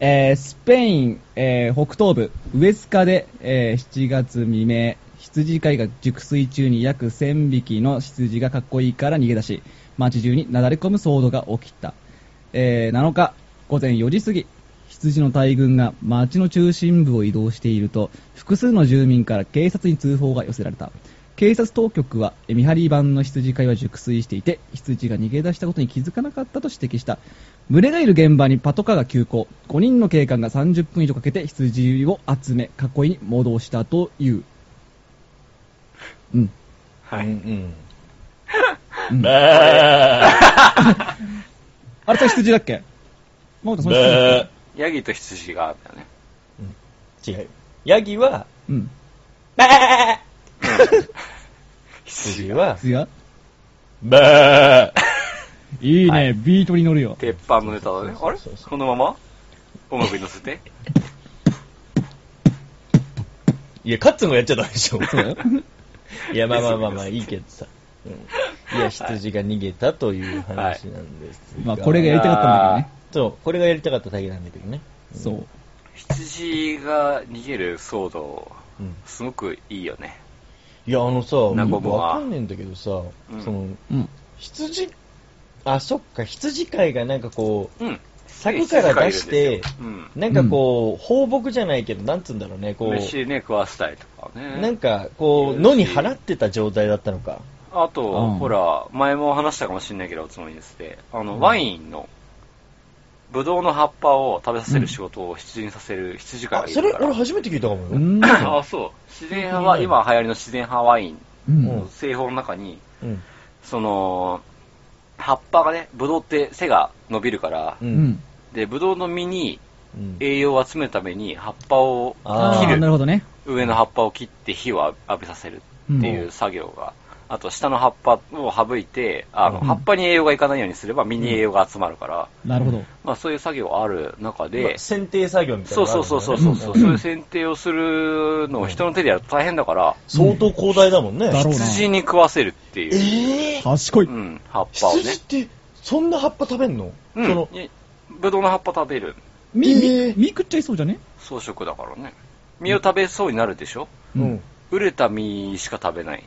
えー、スペイン、えー、北東部、ウエスカで、えー、7月未明、羊飼いが熟睡中に約1000匹の羊がかっこいいから逃げ出し、街中になだれ込む騒動が起きた。えー、7日、午前4時過ぎ、羊の大群が街の中心部を移動していると、複数の住民から警察に通報が寄せられた。警察当局は、え見張り版の羊飼いは熟睡していて、羊が逃げ出したことに気づかなかったと指摘した。群れがいる現場にパトカーが急行。5人の警官が30分以上かけて羊を集め、囲いに戻したという。うん。はうい。んうんバあれ、それ羊だっけマコトーそれ羊だっバヤギと羊があったよね。ー違う。ヤギは、けうん。バー羊羊は、羊がバーいいね、はいビートに乗るよ。鉄板のネタだね。あれそうそうそうこのまま音楽に乗せて。いや、カッツンがやっちゃダメでしょ。いや、まあまあまあまあ、いいけどさ。うんいや、羊が逃げたという話なんですが。まあ、これがやりたかったんだそう、これがやりたかっただけなんだけどね。けどね。そう。羊が逃げる騒動、うんすごくいいよね。いや、あのさ、なよんかくもうわかんねえんだけどさ、うんその、うん。羊、あ、そっか、羊飼いがなんかこう、うん。柵から出して、うん。なんかこう、放牧じゃないけど、なんつうんだろうね、こう、飯ね、食わせたりとかね。なんかこう、野に放ってた状態だったのか。あと、うんほら、前も話したかもしれないけど、おつもりですって、あの、ワインの、ブドウの葉っぱを食べさせる仕事を羊にさせる羊飼いあが、いそるれ、から。 俺初めて聞いたかもよ。うん。あ、そう。自然派は、今流行りの自然派ワインうん。製法の中に、うん。その、葉っぱがね、ブドウって背が伸びるから、う。うんん。で、ブドウの実にうん。栄養を集めるために葉っぱをああー切ーるな。るほどね。上の葉っぱを切って火を浴びさせるっていう作業が、あと下の葉っぱを省いてあの、うん葉っぱに栄養がいかないようにすれば実に栄養が集まるから、なるほど。まあ、そういう作業ある中まあで、剪定作業みたいなそうのがあそうるんだよね。そうそうそうそう、んそういう剪定をするのを人の手でやると大変だから、相当広大だもんね。だろうな。羊に食わせるっていう、ええ賢い。うん、葉っぱをね羊っ、て、そんな葉っぱ食べんのうそのん、いぶどうの葉っぱ食べるみ、えみー、み食っちゃいそうじゃね草食だからね実を食べそうになるでしょううんん。熟れた実しか食べない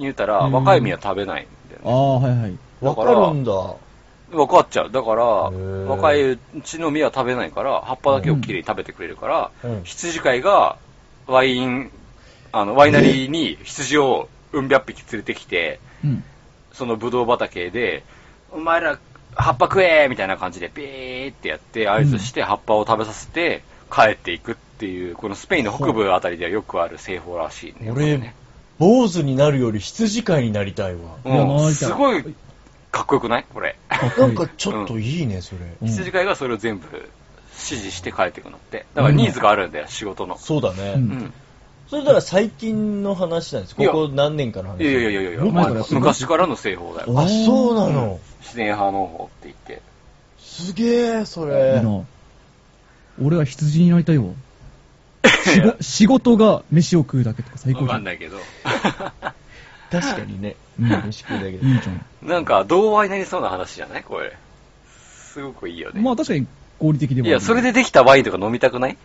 言うたらうん若い実は食べないみたいなああ、はいはい。わかるんだ。分かっちゃう。だから、ー若いうちの実は食べないから、葉っぱだけをきれいに食べてくれるから、うん羊飼いがワイン、あの、ワイナリーに羊をうん百匹連れてきて、うん。そのブドウ畑で、お前ら葉っぱ食えみたいな感じで、ピーってやって合図して葉っぱを食べさせて帰っていくっていう、このスペインの北部あたりではよくある製法らしいね。これ俺ね、坊主になるより羊飼いになりたいわ。いやうんないじゃすんごいかっこよくないこれ。かっなこいんいかちょっといいね、それ。うん羊飼いがそれを全部指示して帰っていくのって。だからニーズがあるんだよ、仕事の。そうだうんね。うん。それだから最近の話なんです。こいやこ何年かの話。いやいやいやいやいや、もっと前からやってる昔からの製法だよ。あ、そうなの。自然派農法って言って。すげえ、そいれい。な。俺は羊になりたいよ。仕 事仕事が飯を食うだけとか最高わじかゃんん。ないけど。 確かにね。うん飯食うだけで。いいじゃなんか、童話になりそうな話じゃないこれ。すごくいいよん。まねあ。確かに合理的ではいや、それでできたワインとか飲みたくない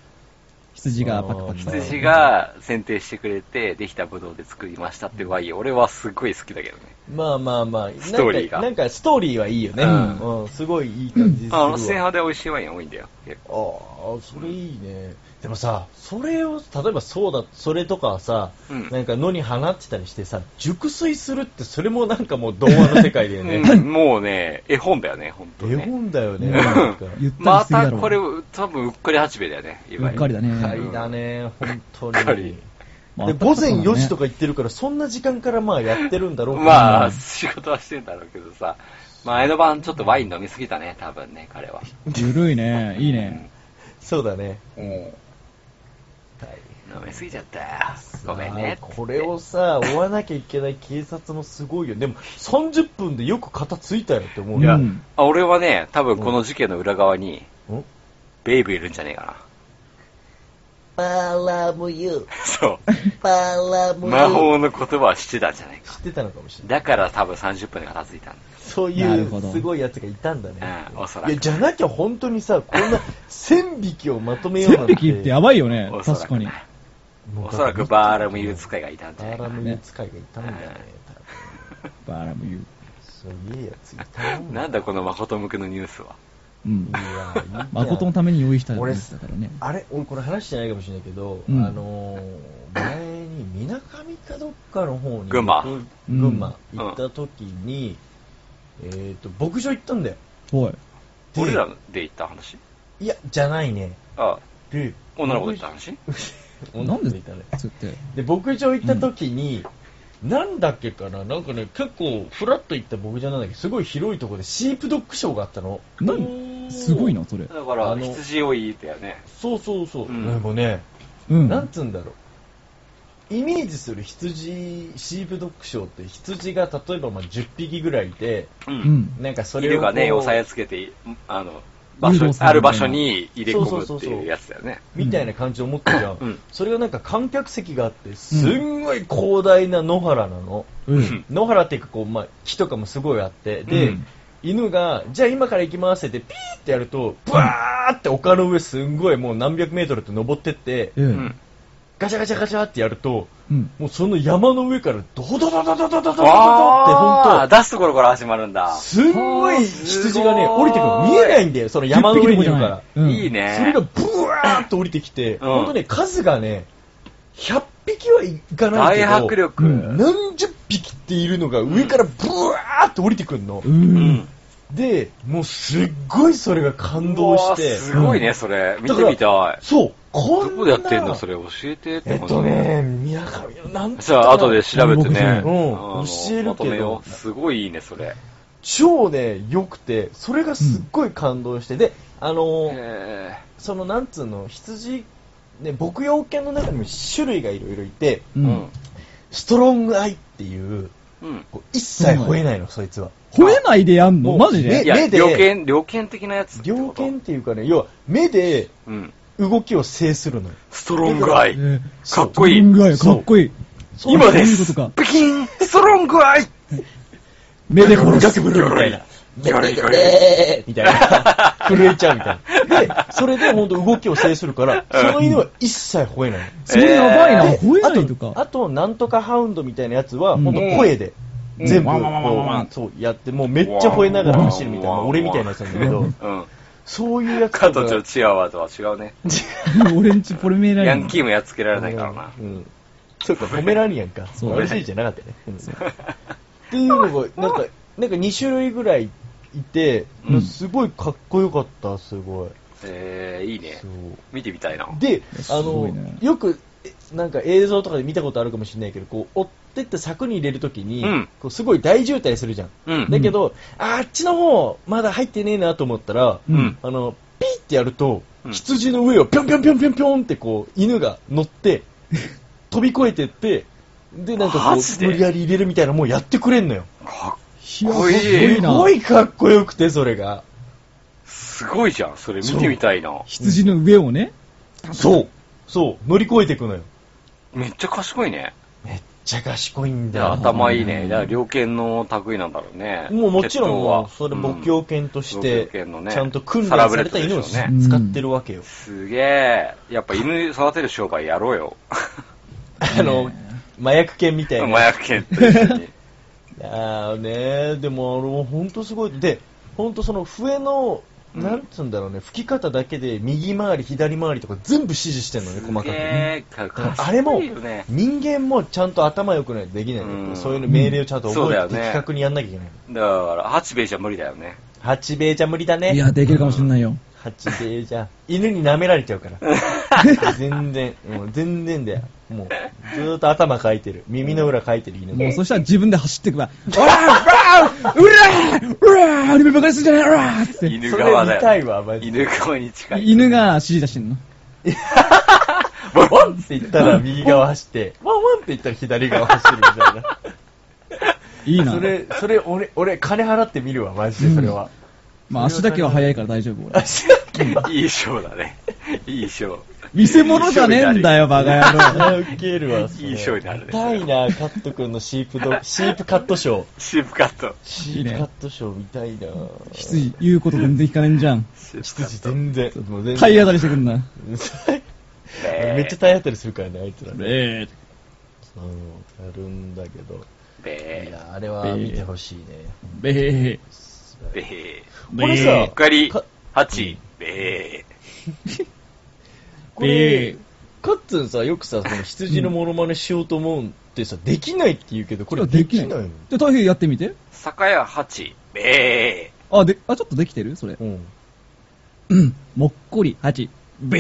羊がパクパクうん羊が剪定してくれて、できたブドウで作りましたってワイン、俺はすごい好きだけどね。まあまあまあ。ストーリーがなんかなんかストーリーはいいよね。ううんん。すごいいい感じでするあわの、自然派で美味しいワイン多いんだよ。結構ああ、それいいね。でもさ、それを、例えばそうだ、それとかさ、うんなんか野に放ってたりしてさ、熟睡するって、それもなんかもう童話の世界だよね。 うんもうね、絵本だよね、本当絵にね。本だよね。うんなんかゆったりましすぎだたろ。これ、多分うっかり八兵衛だよね、いわゆるうっかりだねゆったりだね、本ゆっか当にり。まあで、午前4時とか言ってるから、そんな時間からまあやってるんだろうけどまあ、仕事はしてんだろうけどさ、前の晩ちょっとワイン飲みすぎたね、多分ね、彼は。ゆるいね。いい ね。そうだね。飲みすぎちゃったよ。ごめんね。あーこれをさ、追わなきゃいけない警察もすごいよ。でも、30分でよく片付いたよって思ういいやよ。うん、あ俺はね、多分この事件の裏側に、うんベイブいるんじゃねえかな。 パーラムユー、そパーラう。ムユ魔ー。法の言葉は知ってたんじゃないか。知ってたのかもしれなだい。から多分30分で片付いたんだ。そうないるほうどすごいやつがいたんだね。うんおそらくいや、じゃなきゃ本当にさ、こんな1000匹をまとめような1000んて。匹ってやばいよねお。そら確くかにね。。おそらくバーラムユー使いがいたんじゃバないーかラな。ムユー使いがいたんだね。バラムユー。多分そういうやついたもんなんだこの誠向くのニュースは。うん。いやいい誠のために用意したんですだからね。あれ俺これ話してないかもしれないけど、うんあのー前にみなかみかどっかの方に群馬僕うん群馬行った時に、えっ、と牧場行ったんだよおい。で俺らで行った話いやじゃないねあ、で女の子と行った話女なんの子でといたねつって。で牧場行った時に、なんだっけかななんかね結構フラッと行った牧場なんだけどすごい広いところでシープドッグショーがあったのなんすごいな、それ。だから、あの羊を言いたよね。そうそうそう、うんでもねうん。なんつうんだろう。イメージする羊、シープドッグショーって羊が例えばまあ10匹ぐらいいて、うう。ん。なんかそれを犬こうがね、押さえつけて、あの、場所誘導、するある場所に入れ込むそうっそてうそういそううやつだよね。みたいな感じを持ってるじゃん。うんそれがなんか観客席があって、すんごい広大な野原なの。うん。野原っていうかこう、まあ、木とかもすごいあって、で、うん犬が、じゃあ今から行きますってピーってやると、ブワーって丘の上すんごいもう何百メートルって登ってって、ううんん。ガチャガチャガチャってやると、うん。もうその山の上からドドドドドドドドドドドってあ本ー出すところから始まるんだ。当すんごい羊がね、すごい降りてくる。見えないんだよ、その山の上にいるから。うんいいね。それがブワーっと降りてきて、うん本当ね、数がね、100匹はいかな大いけど、迫力。うん何十匹っているのが上からブワーっと降りてくるのう。ん。で、もうすっごいそれが感動して。すごいね、それ。見てみたい。そう、こんどな。こでやってんのそれ教えてってえっとね、宮上のなんとじゃあ、後で調べてね。うんあの教えるけどまとめようすごいいいね、それ。超ね、良くて、それがすっごい感動して、で、あのーえそのなんつうの、羊、ね、牧羊犬の中にも種類がいろいろいて、ーうん。ストロングアイっていう、うん。こう一切吠えないの、そいつは。吠えないでやんのもうマジでえいや、目で猟犬、猟犬的なやつってこと。猟犬っていうかね、要は目でうん。動きを制するのよ。ストロングアイ。えかっこいーい。ぐらいかっこいい。そう今そうでいうことすか。ピキンストロングアイ目で 殺す。みたいな。ギョロリギョロリみ たいな。震えちゃうみたいな。で、それで本当動きを制するから、その犬は一切吠えないの。それやばいな。で吠えないとあと、あか。となんとかハウンドみたいなやつは、うんほんと声で、ん全部うんわんわんわんわんわこんう、そうやって、もうめっちゃ吠えながら走るみたいわんわな、んわん俺みたいなやつなんだけど、うん。そういうやつカトとチワワとは違うね。 俺んちポルメライン。ヤンキーもやっつけられないからな。うん。そうか、ポメラニアンか。そうあれじゃなかったね。うんっていうのが、なんか、なんか2種類ぐらいいて、うんすごいかっこよかった、すごい。えー、いいねそ。う見てみたいな。で、あすごの、いねよく、えなんか映像とかで見たことあるかもしれないけど、こう、追ってって柵に入れるときに、うんこうすごい大渋滞するじゃん。うん。だけど、あっちの方、まだ入ってねえなと思ったら、うん。あの、ピーってやると、うん羊の上をぴょんぴょんぴょんぴょんぴょんってこう、犬が乗 って、飛び越えてって、で、なんかマこジう、で無理やり入れるみたいなのもうやってくれんのよ。かいやっこいすごい。いすなごいかっこよくて、それが。すごいじゃん。それ見てみたいな。羊の上をね。そう。そう、乗り越えていくのよ。めっちゃ賢いね。めっちゃ賢いんいだやよ。頭いいね。だから、猟犬の類なんだろうね。もうもちろ血ん統もはう、それうん牧羊犬として、牧羊犬のねちゃんと訓練された犬をサ使ラブレッドでしょうねってるわけよ。すげえ。やっぱ犬育てる商売やろうよ。あの、麻薬犬みたい麻な。薬犬と一緒に。あーねーでもあの、ほんとすごい。で、ほんとその笛の、うんなんつうんだろうね、吹き方だけで右回り、左回りとか全部指示してんのね、細かく。すげえかうん賢あれもいよね、人間もちゃんと頭良くないとできないのようんそういうの命令をちゃんと覚えそうてだよね的確にやんなきゃいけないの。だから、八兵衛じゃ無理だよね。八兵衛じゃ無理だね。いや、できるかもしれないよ。八兵衛じゃ、犬に舐められちゃうから。 全然、もう全然だよ。もう、ずーっと頭かいてる。耳の裏かいてる犬もうそそしたら自分で走ってくわ。 うわーうわーうわーうわーアニメばかりするんじゃないうわーっつって。犬れ側見ただいよ。わ、マジで。犬側に近い。犬が指示出してんの。ボワロンンって言ったら右側走って、ワンワンって言ったら左側走るみたい な。いいなそ。れ、それ、俺、俺、金払ってみるわ、マジで、それは。まあ足だけは速いから大丈夫、俺。いい賞だね。いい賞。見せ物じゃねえんだ よ、バカ野郎。ウケるわ、いいショーになるね見たいな、カット君のシープ ド、シープカットショー。シープカット。シいいーねプカットショー見たいな。羊、言うこと全然聞かないんじゃん。羊全然、もう全然。体 当たりしてくんな。めっちゃ体当たりするからね、あいつらね。えうん、やるんだけど。いべや、あれは見てほしいね。え、ええ、ー、べこれー。おさ、かえりか、八、べこれ、カッツンさ、よくさ、その羊のモノマネしようと思うってさ、できないって言うけど、これできないのじゃあ、トイフやってみて。ー。酒屋八、べあ、で、あ、ちょっとできてるそれ。うん。うん。もっこり、8。べ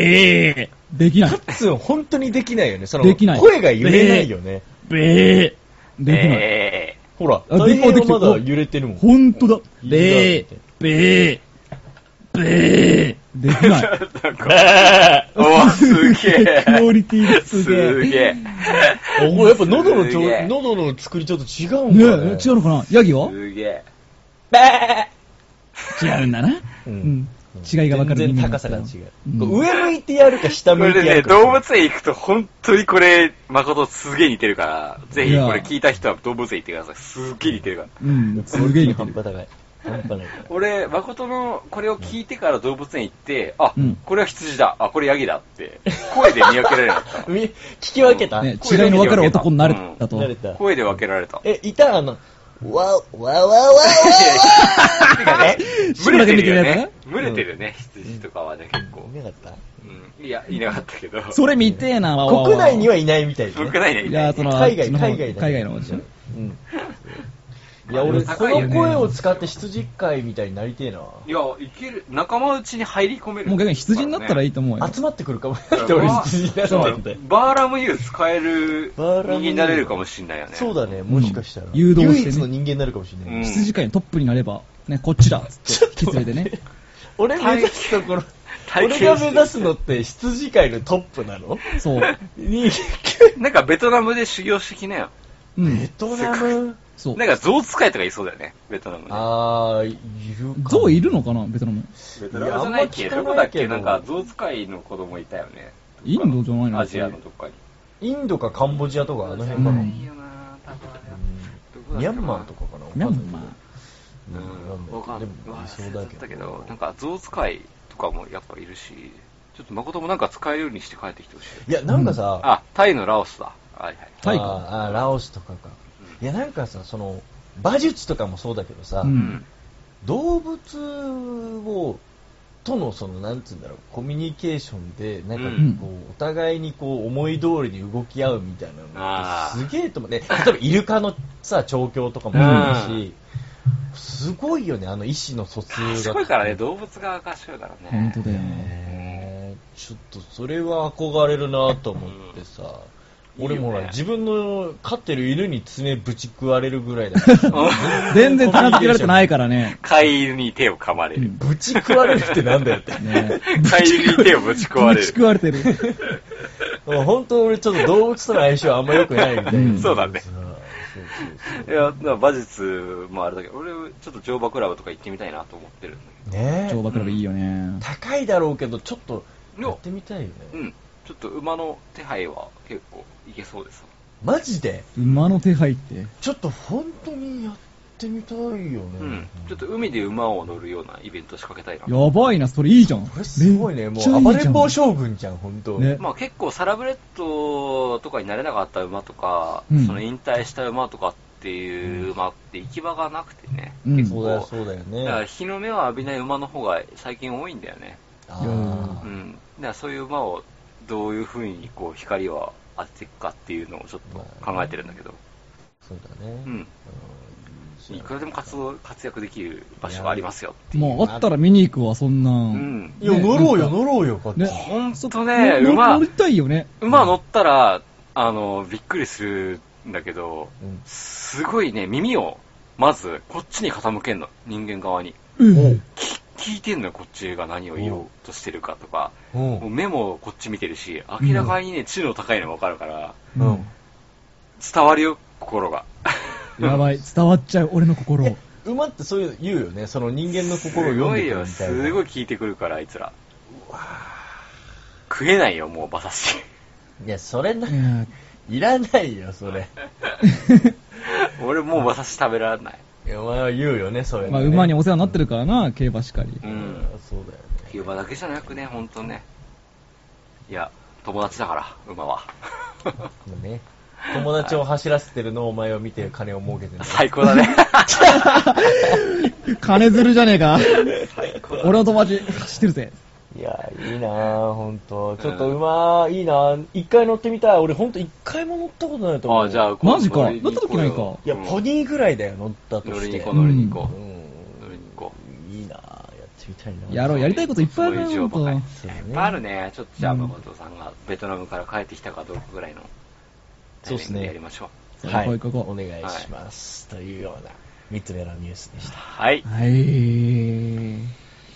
えできなカい。ッツン本当にできないよね。その、できない声が揺れないよね。べえー。できない。べほら、あ大できた変できたはまだ揺れてるもん。ほんとだ。べべええべえべえできない。ー。なんか、 おすげ え。クオリティがすすげえ。げえ。あこれやっぱ喉のすげえ調、喉の作りちょっと違うんねえ、だね。違うのかなヤギはすげえ。違うんだな。ううんん。違いが分かる。全然高さが違う。うんこう上向いてやるか下こ向いれてでやね、るか。動物園行くと本当にこれ、誠すげえ似てるから、ぜひこれ聞いた人は動物園行ってください。すっげえ似てるから。うん、すげえ似て半る。端高い。半端ないから。俺、誠のこれを聞いてから動物園行って、あ、うんこれは羊だ、あ、これヤギだって、 声で見分けられなかっみ聞き分けた、ね、違いの分かる男になれたと。慣れた。た。声で分けられた。 え、いたあの、わ、わ、わ、わ、わ、てかね、群れてるよね。群れれてるやつなてるね、羊とかはね、結構わ。。なかったうんいや、いなかったけど。それ見てえな、わわわ国内にはいないみたいです、僕ね。ないね。いや、その、海外あっちの方海外だね海外の方じゃん。うん。いや、俺、こ高いよのね声を使って羊飼いみたいになりてえな。いや、いける、仲間内に入り込める。もう逆に羊になったらいいと思うよ。集まってくる かも。だ一から人バー羊になったって。バーラムユー使える人バーラム間ユーになれるかもしんないよね。そうだね、もしかしたら。うん誘導してね唯一の人間になるかもしれうない。ん。羊飼いのトップになれば、ね、こっちだっつって、引き連れてね。俺目指すところ、体俺験が目指すのって羊飼いのトップなのそう。に、なんかベトナムで修行してきなよ。う ベん。トナムそうな。んか象使いとかいそうだよね、ベトナムで。あー、いるか。象いるのかなベトナム。ベトナムじゃないっけいやあどんま聞かないけこだっけどなんか象使いの子供いたよね。インドじゃないのアジアのどっかに。インドかカンボジアとかあの辺かな。うんいいよな多分あれはうんミャンマーとかかな。ミャンマー。うん、わかんでないも。理想忘だれちゃったけけどど、。なんか象使いとかもやっぱいるし、ちょっと誠もなんか使えるようにして帰ってきてほしい。いや、なんかさ、あ、タイのラオスだ。はいはい。タイかあーラオスとかか。いや、なんかさ、その、馬術とかもそうだけどさ、うん。動物を、とのその、なんつうんだろう、コミュニケーションで、なんかうんこう、お互いにこう、思い通りに動き合うみたいなのあっーてすげえと思うね。例えば、イルカのさ、調教とかもそうだし、すごいよね、あの、意思の疎通が。賢いからね、動物が賢いから本ね。当だよ。ねちょっとそれは憧れるなと思ってさ、うん俺もほいいよらね自分の飼ってる犬に爪ぶち食われるぐらいだからさ 全然棚付けられてないからね。飼い犬に手を噛まれる。ぶち食われるってなんだよって ね飼い犬に手をぶち 壊れる。ち食われてる。 本当俺ちょっと動物との相性はあんま良くないみたいな、うんそうだねさそうそういや、だから馬術もあれだけど、俺、ちょっと乗馬クラブとか行ってみたいなと思ってるんだそうね乗え馬クラブいいよね。高いだろうけどちょっといややってみたいよね、けど。うん。ちょっと馬の手配は結構いけそうです。マジで馬の手配って。ちょっと本当にやってみたいよね、うん。ちょっと海で馬を乗るようなイベント仕掛けたいな。やばいな、それいいじゃん。これすごいねめもっちゃう暴いいれじゃんん坊将軍じゃん本当ねまあ結構サラブレッドとかになれなかった馬とか、うんその引退した馬とかっていう馬って行き場がなくてね。うん結そうだよ構。そうだよねだから日の目を浴びない馬の方が最近多いんだよね。あうーん。だからそういう馬をどういう風にこう光を当てていくかっていうのをちょっと考えてるんだけど。そうだね。うん。うんいくらでも活動活躍できる場所がありますよっていう。もうあったら見に行くわ、そんな。うんん。いや、乗ろうよ、乗ろうよ、こっち。ねほんと乗ね、り馬乗、りたいよね。馬乗ったら、あの、びっくりするんだけど、うんすごいね、耳を、まず、こっちに傾けんの、人間側に。うん。聞いてんのよ、こっちが何を言おうとしてるかとか。うんもう目もこっち見てるし、明らかにね、知能高いのがわかるから、うん。伝わるよ、心が。やばい、伝わっちゃう、俺の心を。馬ってそういう、言うよね。その人間の心すを読んごいでくるよ、みたいな。すごい聞いてくるから、あいつら。食えないよ、もう、馬刺 し。いや、それな、いやいらないよ、それ。俺もう馬刺し食べられない。いやお前は言うよね、それ、まあ、馬にお世話になってるからな、競馬しかり。ううんん。。そうだよね。馬だけじゃなくね、ほんとね。いや、友達だから、馬は。もうね。友達を走らせてるのをお前を見て金を儲けて る。最高だね。金づるじゃねえか。俺の友達、走ってるぜ。いや、いいなぁ、ほんと。ちょっと馬、いいなぁ。一回乗ってみたい。俺ほんと一回も乗ったことないと思う。あ、じゃあ、マジか乗りに行こうよ乗った時ないかいや、ポニーぐらいだよ、乗ったと乗りして。に行こう、乗りに行こうう。乗りに行こん。いいなぁ、やってみたいなぁやろう、やりたいこといっぱいあるな、そういう情報がほんとそう。ういだねっぱいあるね。ちょっとじゃあ、誠さんがベトナムから帰ってきたかどうかぐらいの。そうっすねやりましょう。はい、こうこうこうお願いします、というような3つ目のニュースでした。はい。はい。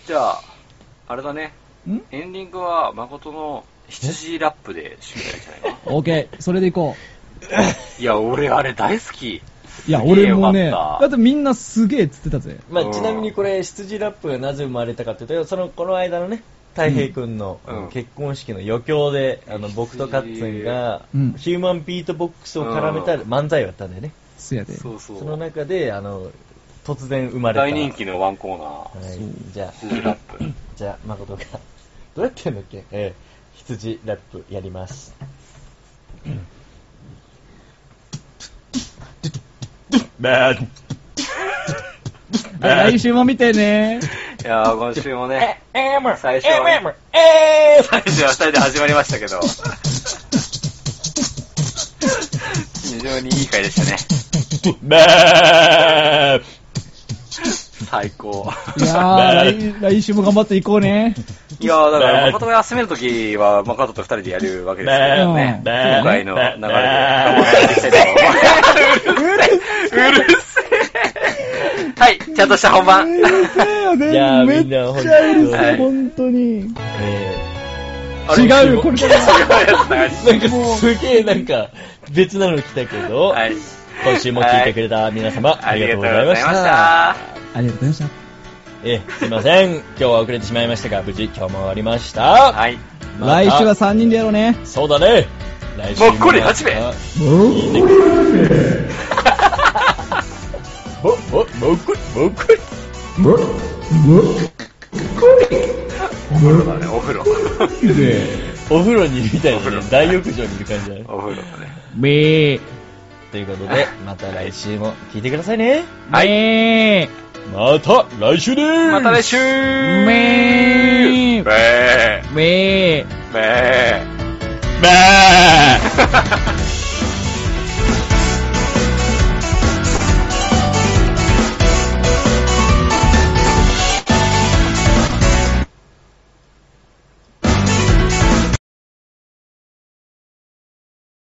じゃあ、あれだね。んエンディングは、誠の羊ラップで締めたいんじゃないかな。 オーケー、それでいこいや、俺、あれ大好き。う。いや、俺もね、すげえよかだったってみんなすげえっつってたぜ。まうあ、んちなみにこれ、羊ラップがなぜ生まれたかというと、その、この間のね、太平君のうん結婚式の余興で、あの、僕とカッツンがうん、ヒューマンビートボックスを絡めた漫才をやったんだよね。せやで。そうそそのう。中で、あの、突然生まれた。大人気のワンコーナー。はいそう、じゃあ、羊ラップ。じゃあ、誠が、どうやってんだっけ えー、羊ラップやります。来週も見て ね。いやー、今週もね、エーマ最初はねえー最初は2人で始まりましたけど、非常にいい回でしたね。バー最高。いやー、来来週も頑張っていこうね。いやーだから、誠が休めるときは、マカトと二人でやるわけですけどね。ね今回の流れで頑張ってやっていきたいと思います。うるせえ。うるせえ。はい、ちゃんとした本番。よねいやーめっみんちなほんとゃうるさはいい、本当に。え違うよ、これから。ーなんかすげえなんか別なの来たけど、はい、今週も聞いてくれた皆様、あありりががととううごござざいいままし。したた。ありがとうございました。えーすいません。今日は遅れてしまいましたが、無事今日も終わりました。はい。また来週は3人でやろうね。そうだね。来週もっこり始めあも、も、もっこり、もっこり。お風呂だね、お風呂。お風呂にいるみたいなね、大浴場にいる感じだね。お風呂だね。べー。ということで、また来週も聞いてくださいね。はいべまた来週でーすまた来週ー。べべー。ーべー。べーばー